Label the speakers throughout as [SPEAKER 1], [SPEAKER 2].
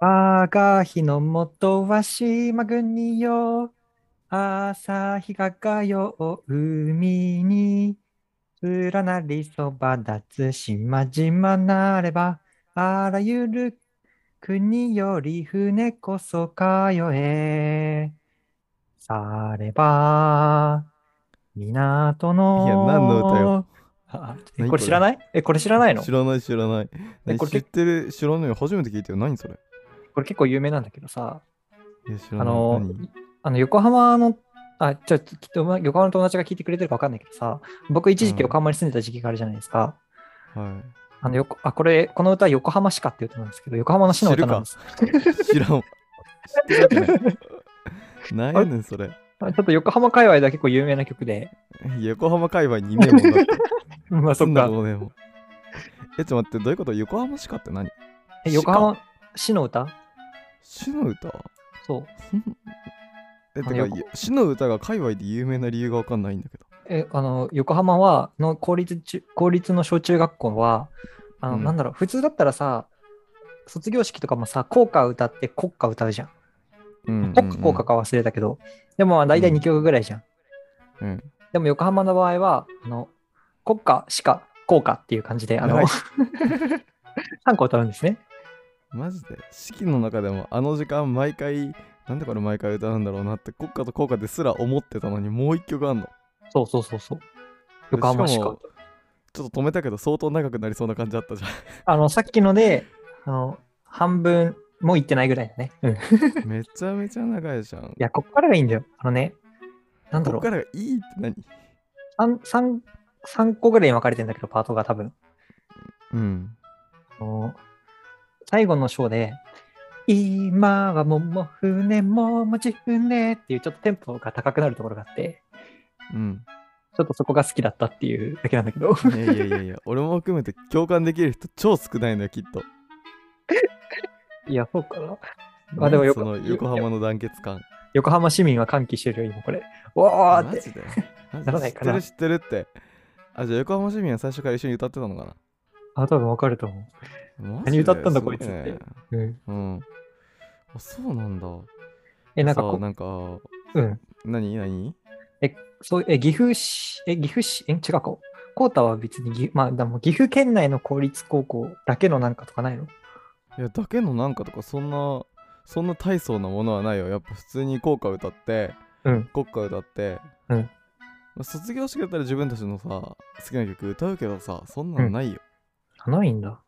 [SPEAKER 1] 我が日の元は島国よ。朝日が通う海に。連なりそば立つ島々なれば、あらゆる国より船こそ通え。されば、港の。
[SPEAKER 2] いや何の歌よ
[SPEAKER 1] あ。え
[SPEAKER 2] 何
[SPEAKER 1] これ知らないえ、これ知らないの
[SPEAKER 2] 知らない知らない。何
[SPEAKER 1] これ
[SPEAKER 2] 知ってる知らないよ。初めて聞いたよ。何それ
[SPEAKER 1] これ結構有名なんだけどさ、
[SPEAKER 2] いや知ら
[SPEAKER 1] あ
[SPEAKER 2] ない。
[SPEAKER 1] の
[SPEAKER 2] 何、
[SPEAKER 1] あの横浜の、あ、ちょっときっとま横浜の友達が聞いてくれてるか分かんないけどさ、僕一時期
[SPEAKER 2] うん
[SPEAKER 1] 横浜に住んでた時期があるじゃないですか。
[SPEAKER 2] は
[SPEAKER 1] あの横あこれ、この歌は横浜市歌っていう歌なんですけど、横浜の市の歌なんです。
[SPEAKER 2] い。知らん。知ってるわけない。 何やねんそれ。
[SPEAKER 1] あちょっと横浜界隈では結構有名な曲で、
[SPEAKER 2] 横浜界隈にいねえもんだって。
[SPEAKER 1] ま あそ
[SPEAKER 2] そ
[SPEAKER 1] っ
[SPEAKER 2] んな
[SPEAKER 1] か
[SPEAKER 2] こ、とねえもん。え、ちょっと待って、どういうこと横浜市かって何
[SPEAKER 1] え横浜市の歌
[SPEAKER 2] 市の 歌
[SPEAKER 1] そう。
[SPEAKER 2] そんえ、て
[SPEAKER 1] あ
[SPEAKER 2] か、
[SPEAKER 1] の
[SPEAKER 2] い市の歌が界隈で有名な理由がわかんないんだけど。
[SPEAKER 1] えあの横浜はの公立中公立の小中学校はあの、
[SPEAKER 2] うん
[SPEAKER 1] なんだろう普通だったらさ卒業式とかもさ校歌歌って国歌歌うじゃん。
[SPEAKER 2] うんうんうん
[SPEAKER 1] 国歌校歌か忘れたけど、でもまあ大体
[SPEAKER 2] うん
[SPEAKER 1] 2曲ぐらいじゃん。
[SPEAKER 2] うん
[SPEAKER 1] でも横浜の場合はあの国歌しか校歌っていう感じであの
[SPEAKER 2] 長 い
[SPEAKER 1] 3個歌うんですね。
[SPEAKER 2] マジで式の中でもあの時間毎回なんでこれ毎回歌うんだろうなって国歌と効果ですら思ってたのにもう一曲あんの
[SPEAKER 1] そうそうそうそう。横浜し
[SPEAKER 2] しか
[SPEAKER 1] か
[SPEAKER 2] も。ちょっと止めたけど相当長くなりそうな感じあったじゃ
[SPEAKER 1] あのさっきのであの半分もいってないぐらいだね。うん、い
[SPEAKER 2] んめちゃめちゃ長いじゃん
[SPEAKER 1] やここからがいいんだよ。あのねなんだ
[SPEAKER 2] こ
[SPEAKER 1] ろ
[SPEAKER 2] っ
[SPEAKER 1] う。
[SPEAKER 2] からがいいって何
[SPEAKER 1] 三三三個ぐらいに分かれてんだけど、パートが多分。
[SPEAKER 2] うん
[SPEAKER 1] あの最後の章で、今はもも船ももち船っていうちょっとテンポが高くなるところがあって、
[SPEAKER 2] うん
[SPEAKER 1] ちょっとそこが好きだったっていうだけなんだけ ど、
[SPEAKER 2] いやいやいやいや 俺も含めて共感できる人超少ないのよきっと
[SPEAKER 1] いや、そうかな。まあでもよく
[SPEAKER 2] その横浜の団結感
[SPEAKER 1] 横浜市民は歓喜してるよ、今これ。おーっ
[SPEAKER 2] マ
[SPEAKER 1] て。
[SPEAKER 2] ジで
[SPEAKER 1] ならないかな
[SPEAKER 2] 知ってる知ってるってあじゃあ横浜市民は最初から一緒に歌ってたのかな
[SPEAKER 1] あ、多分わかると思
[SPEAKER 2] マジで
[SPEAKER 1] 何歌ったんだ
[SPEAKER 2] すご
[SPEAKER 1] こいつって
[SPEAKER 2] ね
[SPEAKER 1] う。うん、
[SPEAKER 2] うん。あ、そうなんだ。
[SPEAKER 1] え、なんか
[SPEAKER 2] さあ
[SPEAKER 1] こ
[SPEAKER 2] なんか、
[SPEAKER 1] う、うん。
[SPEAKER 2] 何何
[SPEAKER 1] え、そう、え、岐阜市、え、岐阜市、え、違うか。コータは別に岐、まあ、でも岐阜県内の公立高校だけのなんかとかないの
[SPEAKER 2] いや、だけのなんかとか、そんな、そんな大層なものはないよ。やっぱ普通に効果歌って、
[SPEAKER 1] うん。
[SPEAKER 2] 国歌歌って、
[SPEAKER 1] うん
[SPEAKER 2] まあ卒業式だったら自分たちのさ、好きな曲歌うけどさ、そんなのないよ。
[SPEAKER 1] あないんだ。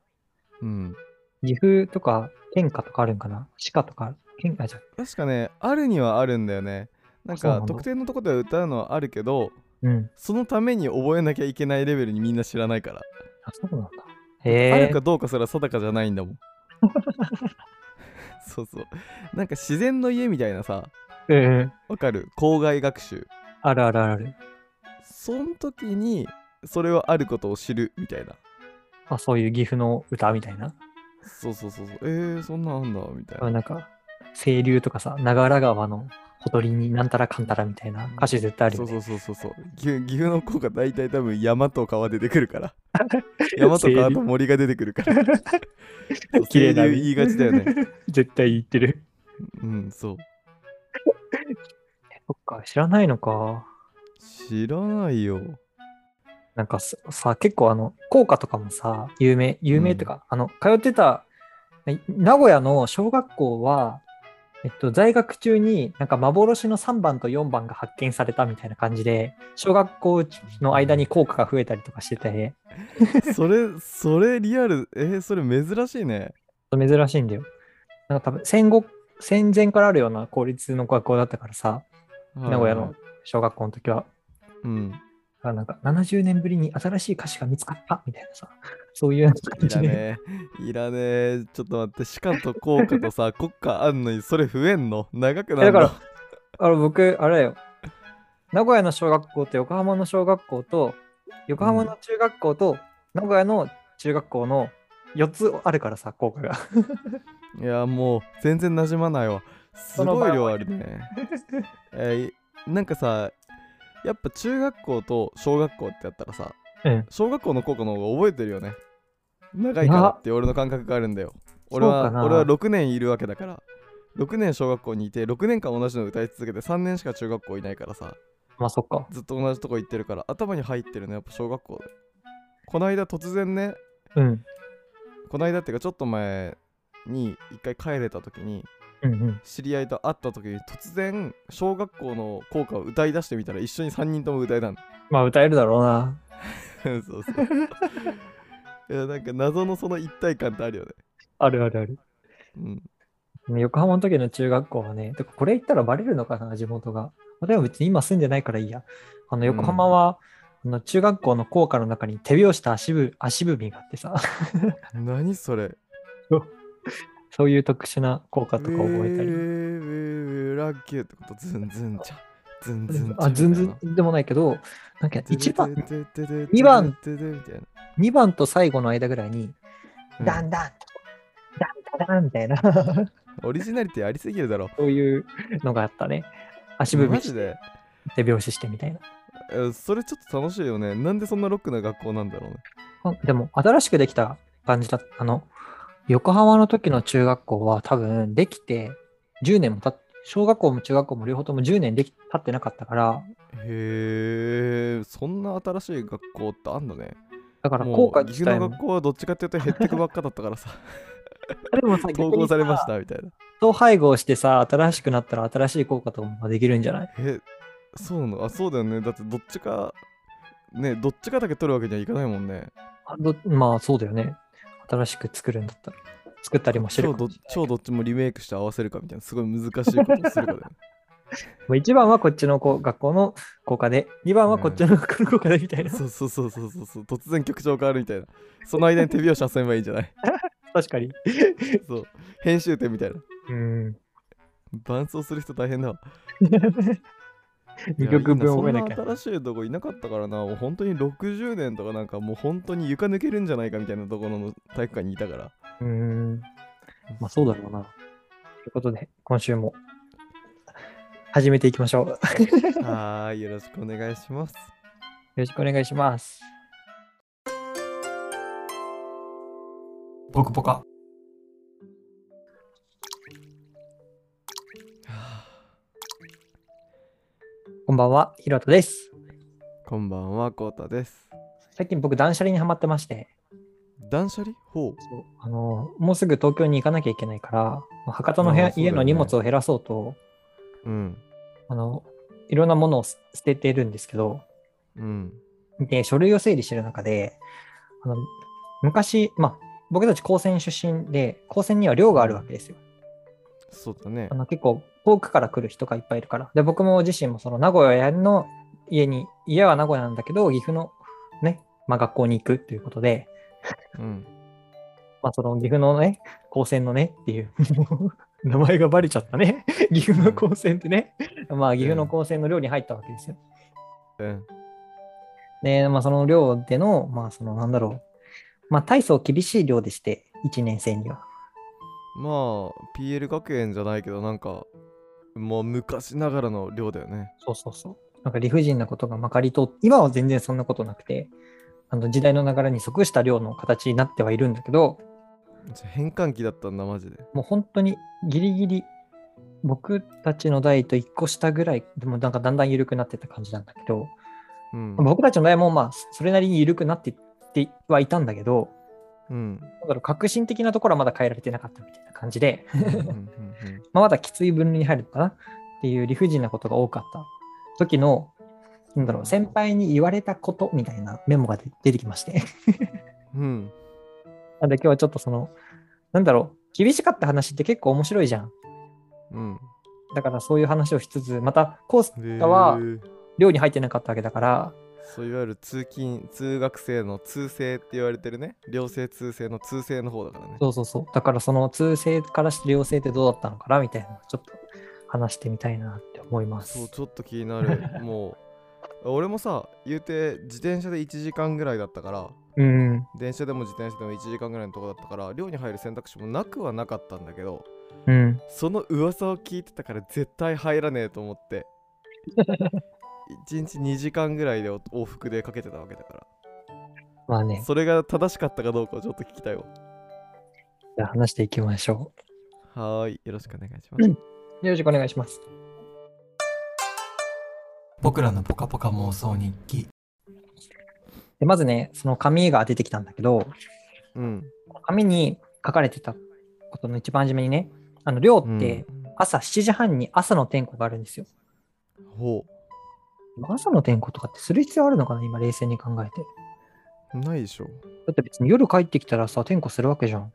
[SPEAKER 2] うん。
[SPEAKER 1] 岐阜とか、県下とかあるんかな歯科とか、県下じゃん。
[SPEAKER 2] 確かね、あるにはあるんだよね。なん
[SPEAKER 1] そうな
[SPEAKER 2] か
[SPEAKER 1] んだ
[SPEAKER 2] 特定のとこでは歌うのはあるけど、
[SPEAKER 1] うん。
[SPEAKER 2] そのために覚えなきゃいけないレベルにみんな知らないから。
[SPEAKER 1] あ、そうなんだ。
[SPEAKER 2] あ
[SPEAKER 1] へ
[SPEAKER 2] る
[SPEAKER 1] え
[SPEAKER 2] か。どうかすら定かじゃないん だもんそうそうなんか自然の家みたいなさ
[SPEAKER 1] うんうん。
[SPEAKER 2] わかる校外学習
[SPEAKER 1] あるあるある。
[SPEAKER 2] そん時にそれはあることを知るみたいな
[SPEAKER 1] まあ、そういう岐阜の歌みたいな。
[SPEAKER 2] そうそうそうそうえー、そんなんあんだみたい
[SPEAKER 1] あ
[SPEAKER 2] な
[SPEAKER 1] なんか、清流とかさ、長良川のほとりになんたらかんたらみたいな歌詞絶対ある
[SPEAKER 2] そ
[SPEAKER 1] よ
[SPEAKER 2] う
[SPEAKER 1] ね。
[SPEAKER 2] そうそうそうそう岐阜岐阜の校が大体多分山と川出てくるから 山と川と森が出てくるからそう
[SPEAKER 1] 綺麗だね
[SPEAKER 2] 清流言いがちだよね
[SPEAKER 1] 絶対言ってる。
[SPEAKER 2] うんそう
[SPEAKER 1] そっか、知らないのか。
[SPEAKER 2] 知らないよ
[SPEAKER 1] なんかささ、結構あの、校歌とかもさ、有名、有名っていうか、あの、通ってた、え名古屋の小学校は、えっと、在学中になんか幻の3番と4番が発見されたみたいな感じで、小学校の間に校歌が増えたりとかしてて、
[SPEAKER 2] それそれリアルえー、それ珍しいね
[SPEAKER 1] 珍しいんだよ。なんか多分戦後、戦前からあるような公立の学校だったからさ、
[SPEAKER 2] 名
[SPEAKER 1] 名古屋の小学校の時は、
[SPEAKER 2] うん
[SPEAKER 1] あなんか70年ぶりに新しい歌詞が見つかったみたいなさ、そういう感
[SPEAKER 2] い
[SPEAKER 1] じ
[SPEAKER 2] ら
[SPEAKER 1] で。
[SPEAKER 2] ねえ。いらねえ。ちょっと待って、士官と効果と さ、国家あんのにそれ増えんの長くなる
[SPEAKER 1] えだ
[SPEAKER 2] の
[SPEAKER 1] からあの僕、あれよ。名古屋の小学校と横浜の小学校と、横浜の中学校と、名古屋の中学校の4つあるからさ、校歌が。
[SPEAKER 2] いや、もう全然馴染まないわ。す
[SPEAKER 1] の
[SPEAKER 2] ご
[SPEAKER 1] 場合
[SPEAKER 2] い
[SPEAKER 1] は
[SPEAKER 2] 量あるね。えーなんかさ、やっぱ中学校と小学校ってやったらさ、
[SPEAKER 1] うん
[SPEAKER 2] 小学校の効果の方が覚えてるよね。長いからって俺の感覚があるんだよ。俺
[SPEAKER 1] そう
[SPEAKER 2] は
[SPEAKER 1] かな
[SPEAKER 2] 俺は6年いるわけだから6年小学校にいて6年間同じの歌い続けて3年しか中学校いないからさ
[SPEAKER 1] まあそっか。
[SPEAKER 2] ずっと同じとこ行ってるから頭に入ってるねやっぱ小学校でこないだ突然ね
[SPEAKER 1] うん。
[SPEAKER 2] こないだっていうかちょっと前に一回帰れた時に
[SPEAKER 1] うんうん。
[SPEAKER 2] 知り合いと会った時に突然小学校の校歌を歌い出してみたら一緒に3人とも歌えたんだ
[SPEAKER 1] まあ歌えるだろうな。
[SPEAKER 2] そうそういやなんか謎のその一体感ってあるよね
[SPEAKER 1] あるあるある。
[SPEAKER 2] うん
[SPEAKER 1] 横浜の時の中学校はね、てかこれ言ったらバレるのかな、地元が。まあでも別に今住んでないからいいや。あの横浜は、あの中学校の校歌の中に手拍子と足踏足踏みがあってさ、
[SPEAKER 2] 何それ
[SPEAKER 1] そういう特殊な校歌とか覚えたり。
[SPEAKER 2] ウェーウェーウェーラッキーってことズンズンちゃズンズンちゃ
[SPEAKER 1] あ、全然でもないけど、なんか1番、
[SPEAKER 2] 2
[SPEAKER 1] 二番
[SPEAKER 2] みたいな
[SPEAKER 1] 2番と最後の間ぐらいに、
[SPEAKER 2] うん
[SPEAKER 1] ダンダン、ダンダダンみた いな、そ
[SPEAKER 2] オリジナリティありすぎるだろ
[SPEAKER 1] ういうのがあったね。足踏
[SPEAKER 2] マ
[SPEAKER 1] み
[SPEAKER 2] ジ
[SPEAKER 1] し
[SPEAKER 2] で
[SPEAKER 1] て、手拍子してみたいな。
[SPEAKER 2] えそれちょっと楽しいよねなんでそんなロックな学校なんだろうね
[SPEAKER 1] あでも、新しくできた感じだった。あの、横浜の時の中学校は多分、できて10年もたっ小学校も中学校も両方とも10年でき経ってなかったから、
[SPEAKER 2] へえそんな新しい学校ってあんだね
[SPEAKER 1] だから
[SPEAKER 2] も
[SPEAKER 1] 効
[SPEAKER 2] う
[SPEAKER 1] 果
[SPEAKER 2] 岐
[SPEAKER 1] 自
[SPEAKER 2] 阜
[SPEAKER 1] 体
[SPEAKER 2] の
[SPEAKER 1] も
[SPEAKER 2] 学。校はどっちかっていうと減ってくばっかだっ たからさ
[SPEAKER 1] あでもさ、
[SPEAKER 2] 統合されま
[SPEAKER 1] し
[SPEAKER 2] したみたいな
[SPEAKER 1] と配合してさ、新しくなったら新しい効果とかもできるんじゃない
[SPEAKER 2] えそうなのあそうだよねだってどっちかねどっちかだけ取るわけにはいかないもんね
[SPEAKER 1] あどまあそうだよね。新しく作るんだったら。作ったりもしてる
[SPEAKER 2] 超
[SPEAKER 1] か
[SPEAKER 2] ど
[SPEAKER 1] もしれないけど
[SPEAKER 2] 超どっちもリメイクして合わせるかみたいなすごい難しいことをす るからね
[SPEAKER 1] もう一番はこっちのこう学校の効果で、二番はこっちの学校の効果でみたいな。
[SPEAKER 2] そうそうそうそうそうそう突然曲調変わるみたいなその間に手拍子挟めばいいんじゃない
[SPEAKER 1] 確かに。
[SPEAKER 2] そう編集点みたいな
[SPEAKER 1] うん。
[SPEAKER 2] 伴奏する人 大変だわ
[SPEAKER 1] 2曲分覚えなき
[SPEAKER 2] いやいい
[SPEAKER 1] ゃ。
[SPEAKER 2] そん新しいとこいなかったからなもう本当に60年とかなんかもう本当に床抜けるんじゃないかみたいなところの体育館にい たから
[SPEAKER 1] うん。まあそうだろうな。ということで、今週も始めていきましょう。 よ
[SPEAKER 2] はーいよろしくお願いします
[SPEAKER 1] ろしくお願いします。ポクポカ。こんばんは、ひろとです。
[SPEAKER 2] こんばんはこうたです
[SPEAKER 1] 最近僕、断捨離にハマってまして、
[SPEAKER 2] 断捨離ほう
[SPEAKER 1] そうあのもうすぐ東京に行かなきゃいけないから、もう博多の部
[SPEAKER 2] あ
[SPEAKER 1] 屋
[SPEAKER 2] ーそうだ
[SPEAKER 1] 家
[SPEAKER 2] よね
[SPEAKER 1] の荷物を減らそうと
[SPEAKER 2] うん
[SPEAKER 1] あの、いろんなものを捨捨ててるんですけど、
[SPEAKER 2] うん
[SPEAKER 1] で、書類を整理してる中で、あの昔、まあ、僕たち高専出身で、高専には寮があるわけですよ。
[SPEAKER 2] そうだね
[SPEAKER 1] あの結構遠くから来る人がいっぱいいるから。で、僕も自身もその名古屋の家に、家は名古屋なんだけど、岐阜のね、まあ、学校に行くということで、
[SPEAKER 2] うん
[SPEAKER 1] まあ、その岐阜のね、高専のねっていう、 もう名前がバレちゃったね。 岐阜の高専ってね。まあ、岐阜の高専の寮に入ったわけですよ。
[SPEAKER 2] うん
[SPEAKER 1] で、まあ、その寮での、まあ、その、なんだろう。まあ、体操厳しい寮でして、1年生には。
[SPEAKER 2] まあ PL 学園じゃないけどなんかもう昔ながらの量だよね
[SPEAKER 1] そうそうそう。なんか理不尽なことがまかり通って、今は全然そんなことなくて、あの時代の流れに即した寮の形になってはいるんだけど、
[SPEAKER 2] 変換期だったんだマジで
[SPEAKER 1] もう本当にギリギリ、僕たちの代と1個下ぐらい、でもなんかだんだん緩くなってった感じなんだけど、
[SPEAKER 2] うん
[SPEAKER 1] 僕たちの代もまあ、それなりに緩くなってってはいたんだけど、
[SPEAKER 2] うん
[SPEAKER 1] なんだろう、革新的なところはまだ変えられてなかったみたいな感じで、
[SPEAKER 2] うんうんうん
[SPEAKER 1] まあ、まだきつい分類に入るのかなっていう理不尽なことが多かった時の、なんだろう、先輩に言われたことみたいなメモが出出てきまして。
[SPEAKER 2] うんうん
[SPEAKER 1] なんで今日はちょっとその、なんだろう、厳しかった話って結構面白いじゃん。
[SPEAKER 2] うん
[SPEAKER 1] だからそういう話をしつつ、またコース
[SPEAKER 2] へえ
[SPEAKER 1] タは寮に入ってなかったわけだから、
[SPEAKER 2] そういわゆる通勤通学生の通生って言われてるね寮生通生の通生の方だからね
[SPEAKER 1] そうそうそう。だからその通性からして寮性ってどうだったのかなみたいなのをちょっと話してみたいなって思いま
[SPEAKER 2] そう
[SPEAKER 1] す。
[SPEAKER 2] ちょっと気に なるもう俺もさ言うて自転車で1時間ぐらいだったから
[SPEAKER 1] うん。
[SPEAKER 2] 電車でも自転車でも1時間ぐらいのとこだったから寮に入る選択肢もなくはなかったんだけど
[SPEAKER 1] うん。
[SPEAKER 2] その噂を聞いてたから絶対入らねえと思って 1日2時間ぐらいでお往復でかけてたわけだか
[SPEAKER 1] まあ
[SPEAKER 2] ら
[SPEAKER 1] ね、
[SPEAKER 2] それが正しかったかどうかをちょっと聞きたいわ
[SPEAKER 1] じゃあ話していきましょ
[SPEAKER 2] はーい、よろしくお願いしま
[SPEAKER 1] う
[SPEAKER 2] す
[SPEAKER 1] ん。う。よろしくお願いします。
[SPEAKER 3] 僕らのポカポカ妄想日記
[SPEAKER 1] でまずね、その紙が出てきたんだけど、
[SPEAKER 2] うん。
[SPEAKER 1] 紙に書かれてたことの一番初めにね、あの寮って朝7時半に朝の点呼があるんですよ。
[SPEAKER 2] うん、ほ
[SPEAKER 1] 朝の点呼とかってする必要あるのかな今冷静に考えて。
[SPEAKER 2] う。ないでしょ。
[SPEAKER 1] だって別に夜帰ってきたらさ、点呼するわけじゃん。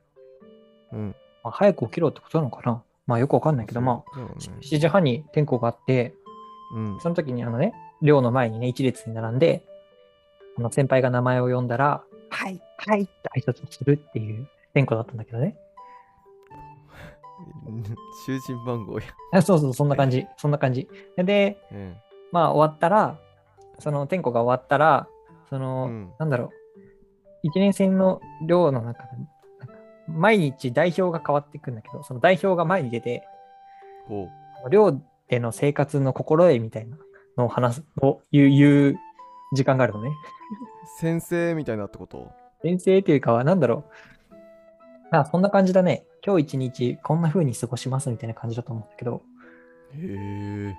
[SPEAKER 2] うん。
[SPEAKER 1] まあ、早く起きろってことなのかなまあよくわかんないけど、まあ、
[SPEAKER 2] そうだろうね
[SPEAKER 1] 7時半に点呼があって、
[SPEAKER 2] うん。
[SPEAKER 1] その時にあのね、寮の前にね、一列に並んで、あの先輩が名前を呼んだら、はい、はいって挨拶をするっていう点呼だったんだけどね。
[SPEAKER 2] 囚人 番号や。
[SPEAKER 1] あそうそう、そんな感じ、そんな感じ。で、
[SPEAKER 2] うん。
[SPEAKER 1] まあ終わったら、その点呼が終わったら、その、
[SPEAKER 2] うん
[SPEAKER 1] なんだろう、1年生の寮の中で、なんか毎日代表が変わっていくんだけど、その代表が前に出て、
[SPEAKER 2] ほう。
[SPEAKER 1] 寮での生活の心得みたいなのを話す、を言う言う時間があるのね。
[SPEAKER 2] 先生みたいなってこと
[SPEAKER 1] 先生というかは、なんだろう。あ、そんな感じだね。今日一日こんな風に過ごしますみたいな感じだと思うんだけど、
[SPEAKER 2] へえ。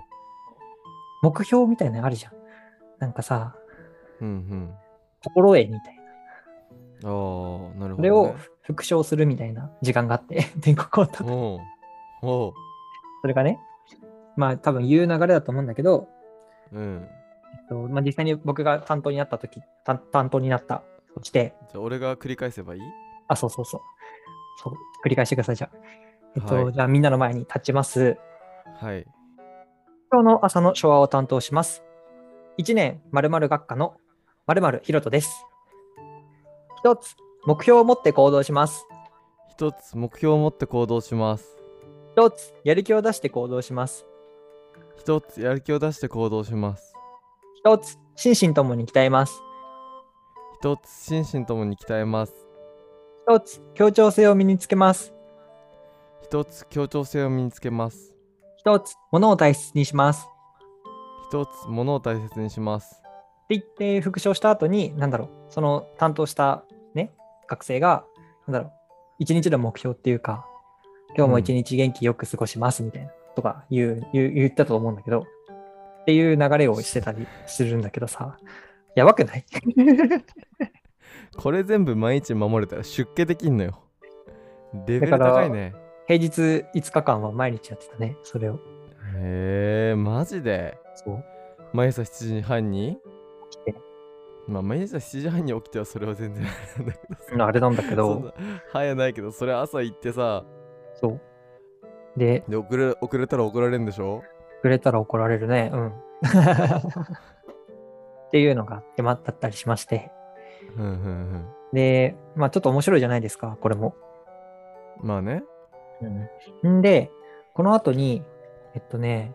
[SPEAKER 1] 目標みたいなのあるじゃん。なんかさ、
[SPEAKER 2] うん
[SPEAKER 1] 心得みたいな。
[SPEAKER 2] うん。ああ、なるほど、ね。
[SPEAKER 1] それを復唱するみたいな時間があって、 全国をた
[SPEAKER 2] ほう。ほ
[SPEAKER 1] それがね、まあ多分言う流れだと思うんだけど、
[SPEAKER 2] う。うん。
[SPEAKER 1] えっとまあ、実際に僕が担当になった時担担当になったとして、
[SPEAKER 2] じゃあ俺が繰り返せばいい
[SPEAKER 1] あ、そうそうそう。そう、繰り返してください、じゃあ。えっと、
[SPEAKER 2] はい
[SPEAKER 1] じゃあみんなの前に立ちます。
[SPEAKER 2] はい。
[SPEAKER 1] 今日の朝の昭和を担当します。1年〇〇学科の〇〇ひろとです。一つ、目標を持って行動します。
[SPEAKER 2] 一つ目標を持って行動します。
[SPEAKER 1] 一つ、やる気を出して行動します。
[SPEAKER 2] 一つやる気を出して行動します。
[SPEAKER 1] 一つ、心身ともに鍛えます。
[SPEAKER 2] 一つ心身ともに鍛えます。
[SPEAKER 1] 一つ、協調性を身につけます。
[SPEAKER 2] 一つ協調性を身につけます。
[SPEAKER 1] 一つ、物を大切にします。
[SPEAKER 2] 一つ物を大切にします。
[SPEAKER 1] って言って復唱した後に、なんだろう、その担当したね、学生が、なんだろう、一日の目標っていうか、今日も一日元気よく過ごしますみたいな、とか言う、言う言ったと思うんだけど、っていう流れをしてたりするんだけどさ、やばくない
[SPEAKER 2] これ全部毎日守れたら出家できんのよ。レベル高いね。
[SPEAKER 1] 平日5日間は毎日やってたね、それを。
[SPEAKER 2] へえ、マジで。
[SPEAKER 1] そう。
[SPEAKER 2] 毎朝7時半に
[SPEAKER 1] 起きて
[SPEAKER 2] まあ毎朝7時半に起きてはそれは全然 あれなんだけ
[SPEAKER 1] あれなんだけ
[SPEAKER 2] どさそん
[SPEAKER 1] ど、
[SPEAKER 2] な早ないけどそれ朝行ってさ
[SPEAKER 1] そう。で、
[SPEAKER 2] で遅れ遅れたら怒られるんでしょ
[SPEAKER 1] くれたら怒られるね、うん。っていうのがあってまだったりしまして。
[SPEAKER 2] うんうんうん
[SPEAKER 1] で、まあちょっと面白いじゃないですか、これも。
[SPEAKER 2] まあね
[SPEAKER 1] んで、この後に、えっとね、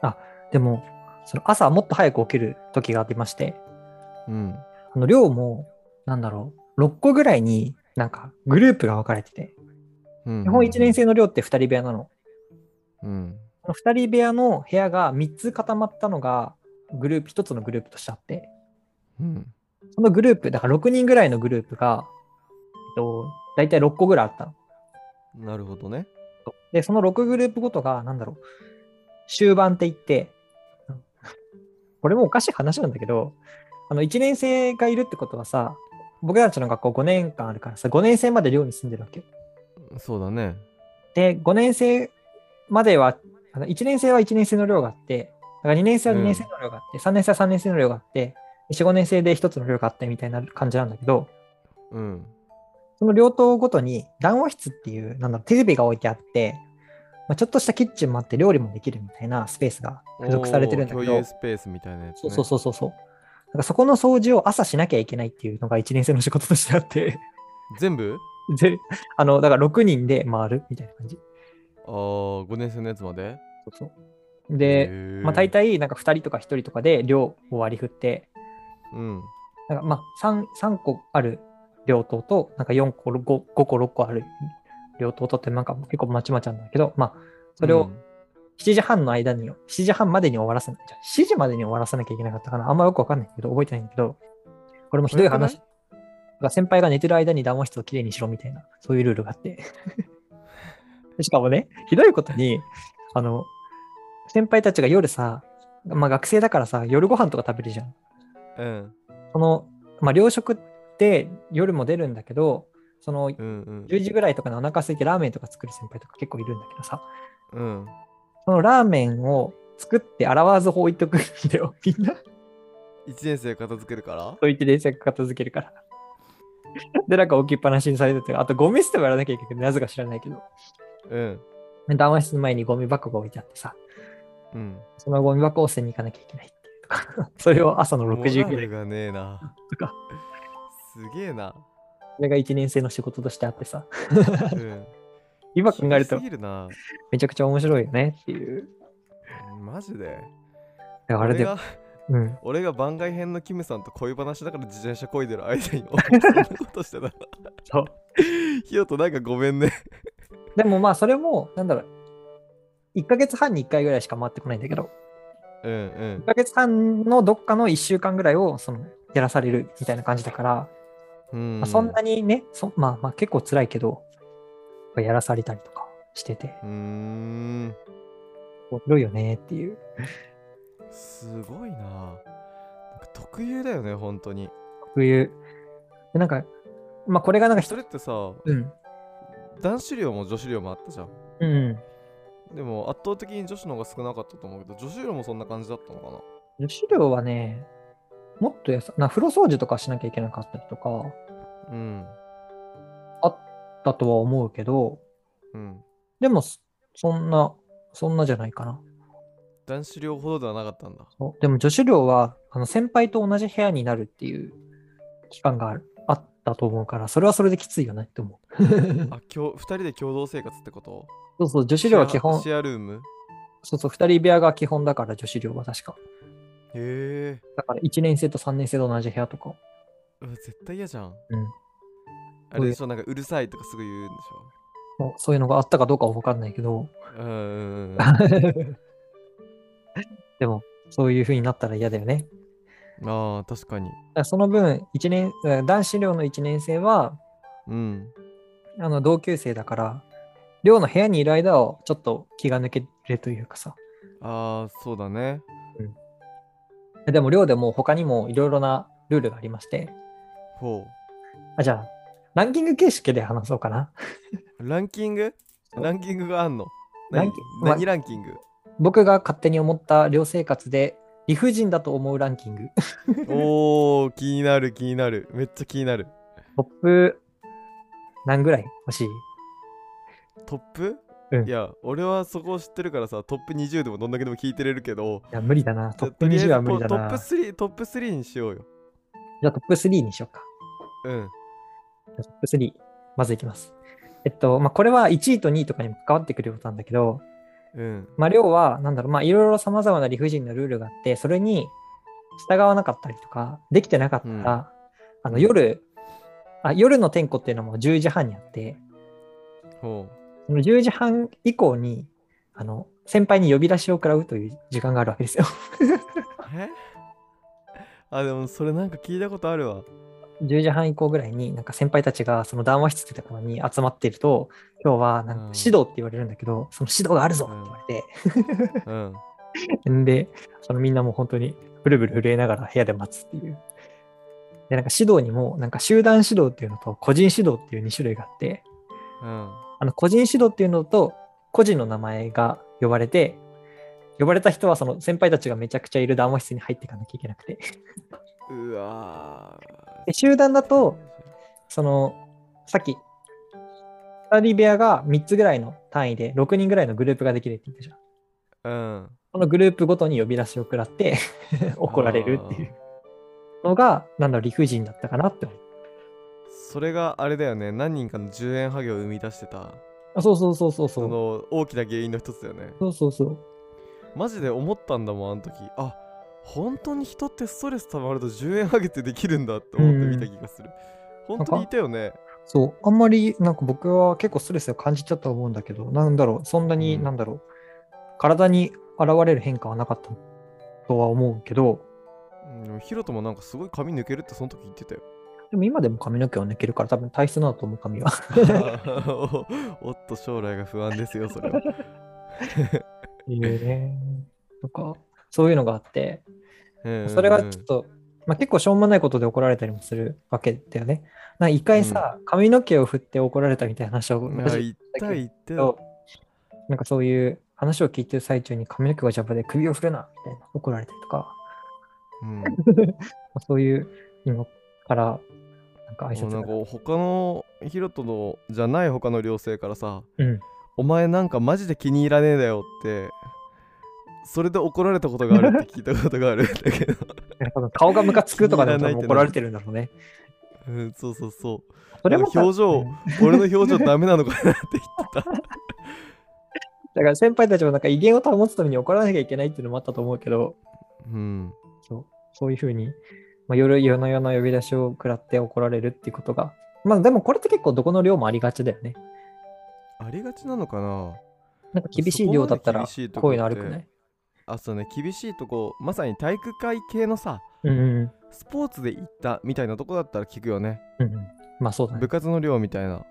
[SPEAKER 1] あ、でも、その朝もっと早く起きる時がありまして、
[SPEAKER 2] うん
[SPEAKER 1] あの寮も、なんだろう、6個ぐらいになんかグループが分かれてて、
[SPEAKER 2] うん
[SPEAKER 1] 基本1年生の寮って2人部屋なの。
[SPEAKER 2] うん
[SPEAKER 1] その2人部屋の部屋が3つ固まったのが、グループ、1つのグループとしてあって、
[SPEAKER 2] うん
[SPEAKER 1] そのグループ、だから6人ぐらいのグループが、えっと、大体6個ぐらいあったの。
[SPEAKER 2] なるほどね
[SPEAKER 1] で、その6グループごとが、なんだろう、終盤って言って、これもおかしい話なんだけど、あの、1年生がいるってことはさ、僕たちの学校5年間あるからさ、5年生まで寮に住んでるわけよ。
[SPEAKER 2] そうだね
[SPEAKER 1] で、5年生までは、あの1年生は1年生の寮があって、だから2年生は2年生の寮があって、3年生は3年生の寮があって、4、5年生で1つの寮があってみたいな感じなんだけど、
[SPEAKER 2] うん
[SPEAKER 1] その両棟ごとに談話室っていう、なんだろう、テレビが置いてあって、まあ、ちょっとしたキッチンもあって料理もできるみたいなスペースが付属されてるんだけ
[SPEAKER 2] おー共
[SPEAKER 1] ど
[SPEAKER 2] 有、スペースみたいなやつ、
[SPEAKER 1] そう
[SPEAKER 2] ね、
[SPEAKER 1] そうそうそうそう。なんかそこの掃除を朝しなきゃいけないっていうのが1年生の仕事としてあって、
[SPEAKER 2] 全部
[SPEAKER 1] で、あの、だから6人で回るみたいな感じ。
[SPEAKER 2] あー5年生のやつまで
[SPEAKER 1] そうそうで、まあ、大
[SPEAKER 2] 体
[SPEAKER 1] 体なんか2人とか1人とかで量を割り振って、
[SPEAKER 2] うん
[SPEAKER 1] なんかまあ 3, 3個ある両党と、なんか4個、5, 5個、6個ある両党とってなんか結構まちまちなんだけど、まあ、それを7時半の間に、7時半までに終わらせない。じゃあ7時までに終わらさなきゃいけなかったかな。あんまよくわかんないけど、覚えてないんだけど、これもひどい話。なんか先輩が寝てる間に談話室をきれいにしろみたいな、そういうルールがあって。 しかもね、ひどいことに、あの、先輩たちが夜さ、まあ学生だからさ、夜ご飯とか食べるじゃん。
[SPEAKER 2] うん
[SPEAKER 1] その、まあ、糧食って夜も出るんだけど、その
[SPEAKER 2] うんうん
[SPEAKER 1] 10時ぐらいとかにお腹空いてラーメンとか作る先輩とか結構いるんだけどさ、
[SPEAKER 2] うん
[SPEAKER 1] そのラーメンを作って洗わず置いとくんだよ、 みんな。
[SPEAKER 2] 1年生片付けるから
[SPEAKER 1] そう言って冷静片付けるから。 で、なんか置きっぱなしにされてて、あとゴミ捨てもやらなきゃいけないけど、なぜか知らないけど。
[SPEAKER 2] うん
[SPEAKER 1] で談話室の前にゴミ箱が置いてあってさ、
[SPEAKER 2] うん
[SPEAKER 1] そのゴミ箱を捨てに行かなきゃいけないっていうとか、 それを朝の6時ぐ
[SPEAKER 2] モラ
[SPEAKER 1] らい
[SPEAKER 2] ルがねえな
[SPEAKER 1] とか、
[SPEAKER 2] すげえな
[SPEAKER 1] それが1年生の仕事としてあってさ、
[SPEAKER 2] うん
[SPEAKER 1] 今考える
[SPEAKER 2] ひど
[SPEAKER 1] と
[SPEAKER 2] すぎるな
[SPEAKER 1] めちゃくちゃ面白いよねっていう。
[SPEAKER 2] マジで
[SPEAKER 1] だからあれ
[SPEAKER 2] 俺
[SPEAKER 1] で、
[SPEAKER 2] が
[SPEAKER 1] うん。
[SPEAKER 2] 俺が番外編のキムさんと恋話だから自転車こいでる 間にお前そんなことしてた
[SPEAKER 1] そう。
[SPEAKER 2] ひよとなんかごめんね
[SPEAKER 1] でもまあ、それも、なんだろう、1ヶ月半に1回ぐらいしか回ってこないんだけど、
[SPEAKER 2] うん
[SPEAKER 1] 1ヶ月半のどっかの1週間ぐらいをそのやらされるみたいな感じだから、
[SPEAKER 2] うん、
[SPEAKER 1] まあ、そんなにね、そまあまあ結構辛いけど、やらされたりとかしてて、
[SPEAKER 2] うーん
[SPEAKER 1] 面白いよねっていう。
[SPEAKER 2] すごいななんか特有だよね本当に
[SPEAKER 1] そういう、でなんか、まあこれがなんか一
[SPEAKER 2] そ
[SPEAKER 1] つ、
[SPEAKER 2] れってさ
[SPEAKER 1] うん、
[SPEAKER 2] 男子寮も女子寮もあったじゃん
[SPEAKER 1] うん、
[SPEAKER 2] でも圧倒的に女子の方が少なかったと思うけど女子寮もそんな感じだったのかな
[SPEAKER 1] 女子寮はね、もっとやさ、な風呂掃除とかしなきゃいけなかったりとか、
[SPEAKER 2] うん
[SPEAKER 1] だとは思うけど、
[SPEAKER 2] うん
[SPEAKER 1] でもそ、そんな、そんなじゃないかな。
[SPEAKER 2] 男子寮ほどではなかったんだ
[SPEAKER 1] そうでも女子寮は、あの先輩と同じ部屋になるっていう期間があるあったと思うから、それはそれできついよねって思う。
[SPEAKER 2] あ今日2人で共同生活ってこと
[SPEAKER 1] そうそう、女子寮は基本、
[SPEAKER 2] シェアシェアルーム
[SPEAKER 1] そうそう、二人部屋が基本だから、女子寮は確か。
[SPEAKER 2] へえ
[SPEAKER 1] だから1年生と3年生と同じ部屋とか。
[SPEAKER 2] うわ絶対嫌じゃん
[SPEAKER 1] うん
[SPEAKER 2] あれでしょなんかうるさいとかすぐ言うんでしょ
[SPEAKER 1] もうそういうのがあったかどうかは分かんないけど、
[SPEAKER 2] うんうんうん
[SPEAKER 1] でも、そういう風になったら嫌だよね。
[SPEAKER 2] ああ確かに
[SPEAKER 1] だからその分、一年、うん男子寮の1年生は、
[SPEAKER 2] うん
[SPEAKER 1] あの、同級生だから、寮の部屋にいる間は、ちょっと気が抜けるというかさ。
[SPEAKER 2] ああそうだね
[SPEAKER 1] でも、寮でも他にもいろいろなルールがありまして、
[SPEAKER 2] ほ
[SPEAKER 1] あ、じゃあ、ランキング形式で話そうかな。
[SPEAKER 2] うランキング
[SPEAKER 1] そう
[SPEAKER 2] ランキングがあんの
[SPEAKER 1] ラン
[SPEAKER 2] 何
[SPEAKER 1] キング
[SPEAKER 2] 何ランキング
[SPEAKER 1] 僕が勝手に思った寮生活で理不尽だと思うランキング
[SPEAKER 2] おー気になる気になるめっちゃ気になる
[SPEAKER 1] トップ何ぐらい欲しい
[SPEAKER 2] トップ、
[SPEAKER 1] うん
[SPEAKER 2] いや俺はそこを知ってるからさトップ20でもどんだけでも聞いてれるけど
[SPEAKER 1] いや無理だなトップ
[SPEAKER 2] じゃ
[SPEAKER 1] 20は
[SPEAKER 2] とりあ
[SPEAKER 1] 無理
[SPEAKER 2] えず
[SPEAKER 1] だ
[SPEAKER 2] トップ
[SPEAKER 1] なじ
[SPEAKER 2] 3トップ3にしようよ
[SPEAKER 1] ゃあトップ3にしようか
[SPEAKER 2] うん
[SPEAKER 1] じゃあトップ3まずいきますえっとまあこれは1位と2位とかにも関わってくることなんだけど
[SPEAKER 2] うん
[SPEAKER 1] まあ寮はなんだろうまあいろいろさまざまな理不尽なルールがあってそれに従わなかったりとかできてなかったら、
[SPEAKER 2] うん
[SPEAKER 1] あの夜あ夜の点呼っていうのも10時半にあって
[SPEAKER 2] ほ
[SPEAKER 1] その10時半以降に、あの、先輩に呼び出しを食らうという時間があるわけ ですよ。
[SPEAKER 2] うえ あでもそれなんか聞いたことあるわ
[SPEAKER 1] 10時半以降ぐらいに、なんか先輩たちがその談話室ってところに集まっていると、今日はなんか
[SPEAKER 2] うん
[SPEAKER 1] 指導って言われるんだけど、その指導があるぞって言われ
[SPEAKER 2] うん
[SPEAKER 1] て、ん、で、そのみんなもう本当にブルブル震えながら部屋で待つっていう。で、なんか指導にも、なんか集団指導っていうのと個人指導っていう2種類があって、
[SPEAKER 2] うん
[SPEAKER 1] あの個人指導っていうのと個人の名前が呼ばれて、呼ばれた人はその先輩たちがめちゃくちゃいる談話室に入っていかなきゃいけなくて。
[SPEAKER 2] うわ
[SPEAKER 1] で集団だと、その、さっき、2人部屋が3つぐらいの単位で6人ぐらいのグループができるって言ったじゃん。
[SPEAKER 2] うん
[SPEAKER 1] このグループごとに呼び出しを食らって 怒られるっていうのが、なんだろう理不尽だったかなって思う。
[SPEAKER 2] それがあれだよね何人かの10円ハゲを生み出してた
[SPEAKER 1] あそうそうそうそうそ。
[SPEAKER 2] そうの大きな原因の一つだよね
[SPEAKER 1] そうそうそう。
[SPEAKER 2] マジで思ったんだもんあの時あ本当に人ってストレス溜まると10円ハゲってできるんだって思って見た気がする、本当にいたよね
[SPEAKER 1] そう。あんまり、なんか僕は結構ストレスを感じちゃったと思うんだけど、なんだろう、そんなに、
[SPEAKER 2] うん
[SPEAKER 1] なんだろう、体に現れる変化はなかったとは思うけど、
[SPEAKER 2] うんでもヒロトもなんかすごい髪抜けるってその時言ってたよ
[SPEAKER 1] でも今でも髪の毛を抜けるから多分体質なんだと思う髪は。
[SPEAKER 2] おおっと将来が不安ですよそ れは
[SPEAKER 1] とか、そういうのがあって、
[SPEAKER 2] うん
[SPEAKER 1] それがちょっと、まあ、結構しょうもないことで怒られたりもするわけだよね。なんか一回さ、髪の毛を振って怒られたみたいな話を
[SPEAKER 2] うんい
[SPEAKER 1] 昔
[SPEAKER 2] や
[SPEAKER 1] 聞い
[SPEAKER 2] 言った言った
[SPEAKER 1] たけど、なんかそういう話を聞いてる最中に髪の毛が邪魔で首を振るなみたいな怒られたりとか、
[SPEAKER 2] うん
[SPEAKER 1] まあそういうのから、なんか挨
[SPEAKER 2] も
[SPEAKER 1] 拶
[SPEAKER 2] うなんか
[SPEAKER 1] が。
[SPEAKER 2] 他のヒロトのじゃない他の寮生からさ
[SPEAKER 1] うん
[SPEAKER 2] 「お前なんかマジで気に入らねえだよ」ってそれで怒られたことがあるって聞いたことがあるんだけど、
[SPEAKER 1] 多分顔がムカつくとかでも多
[SPEAKER 2] 気に入らないって
[SPEAKER 1] 分怒
[SPEAKER 2] な
[SPEAKER 1] られてるんだろうね。
[SPEAKER 2] うん、そうそうそ
[SPEAKER 1] それも
[SPEAKER 2] なんか表情
[SPEAKER 1] うん
[SPEAKER 2] う俺の表情ダメなのかなって言ってた
[SPEAKER 1] だから先輩たちもなんか威厳を保つために怒らなきゃいけないっていうのもあったと思うけど、
[SPEAKER 2] うん
[SPEAKER 1] そうそういうふうに、まあ、夜夜の夜の呼び出しを食らって怒られるっていうことが。まあでもこれって結構どこの量もありがちだよね。
[SPEAKER 2] ありがちなのかな
[SPEAKER 1] なんか厳しい量だったら
[SPEAKER 2] そこまで厳しいとこ
[SPEAKER 1] こうい
[SPEAKER 2] っ
[SPEAKER 1] う
[SPEAKER 2] て
[SPEAKER 1] のあるくない
[SPEAKER 2] あそうね厳しいとこまさに体育会系のさ
[SPEAKER 1] うんうん
[SPEAKER 2] スポーツで行ったみたいなとこだったら聞くよね
[SPEAKER 1] うんうん。まあそうだね
[SPEAKER 2] 部。活の寮みたいなで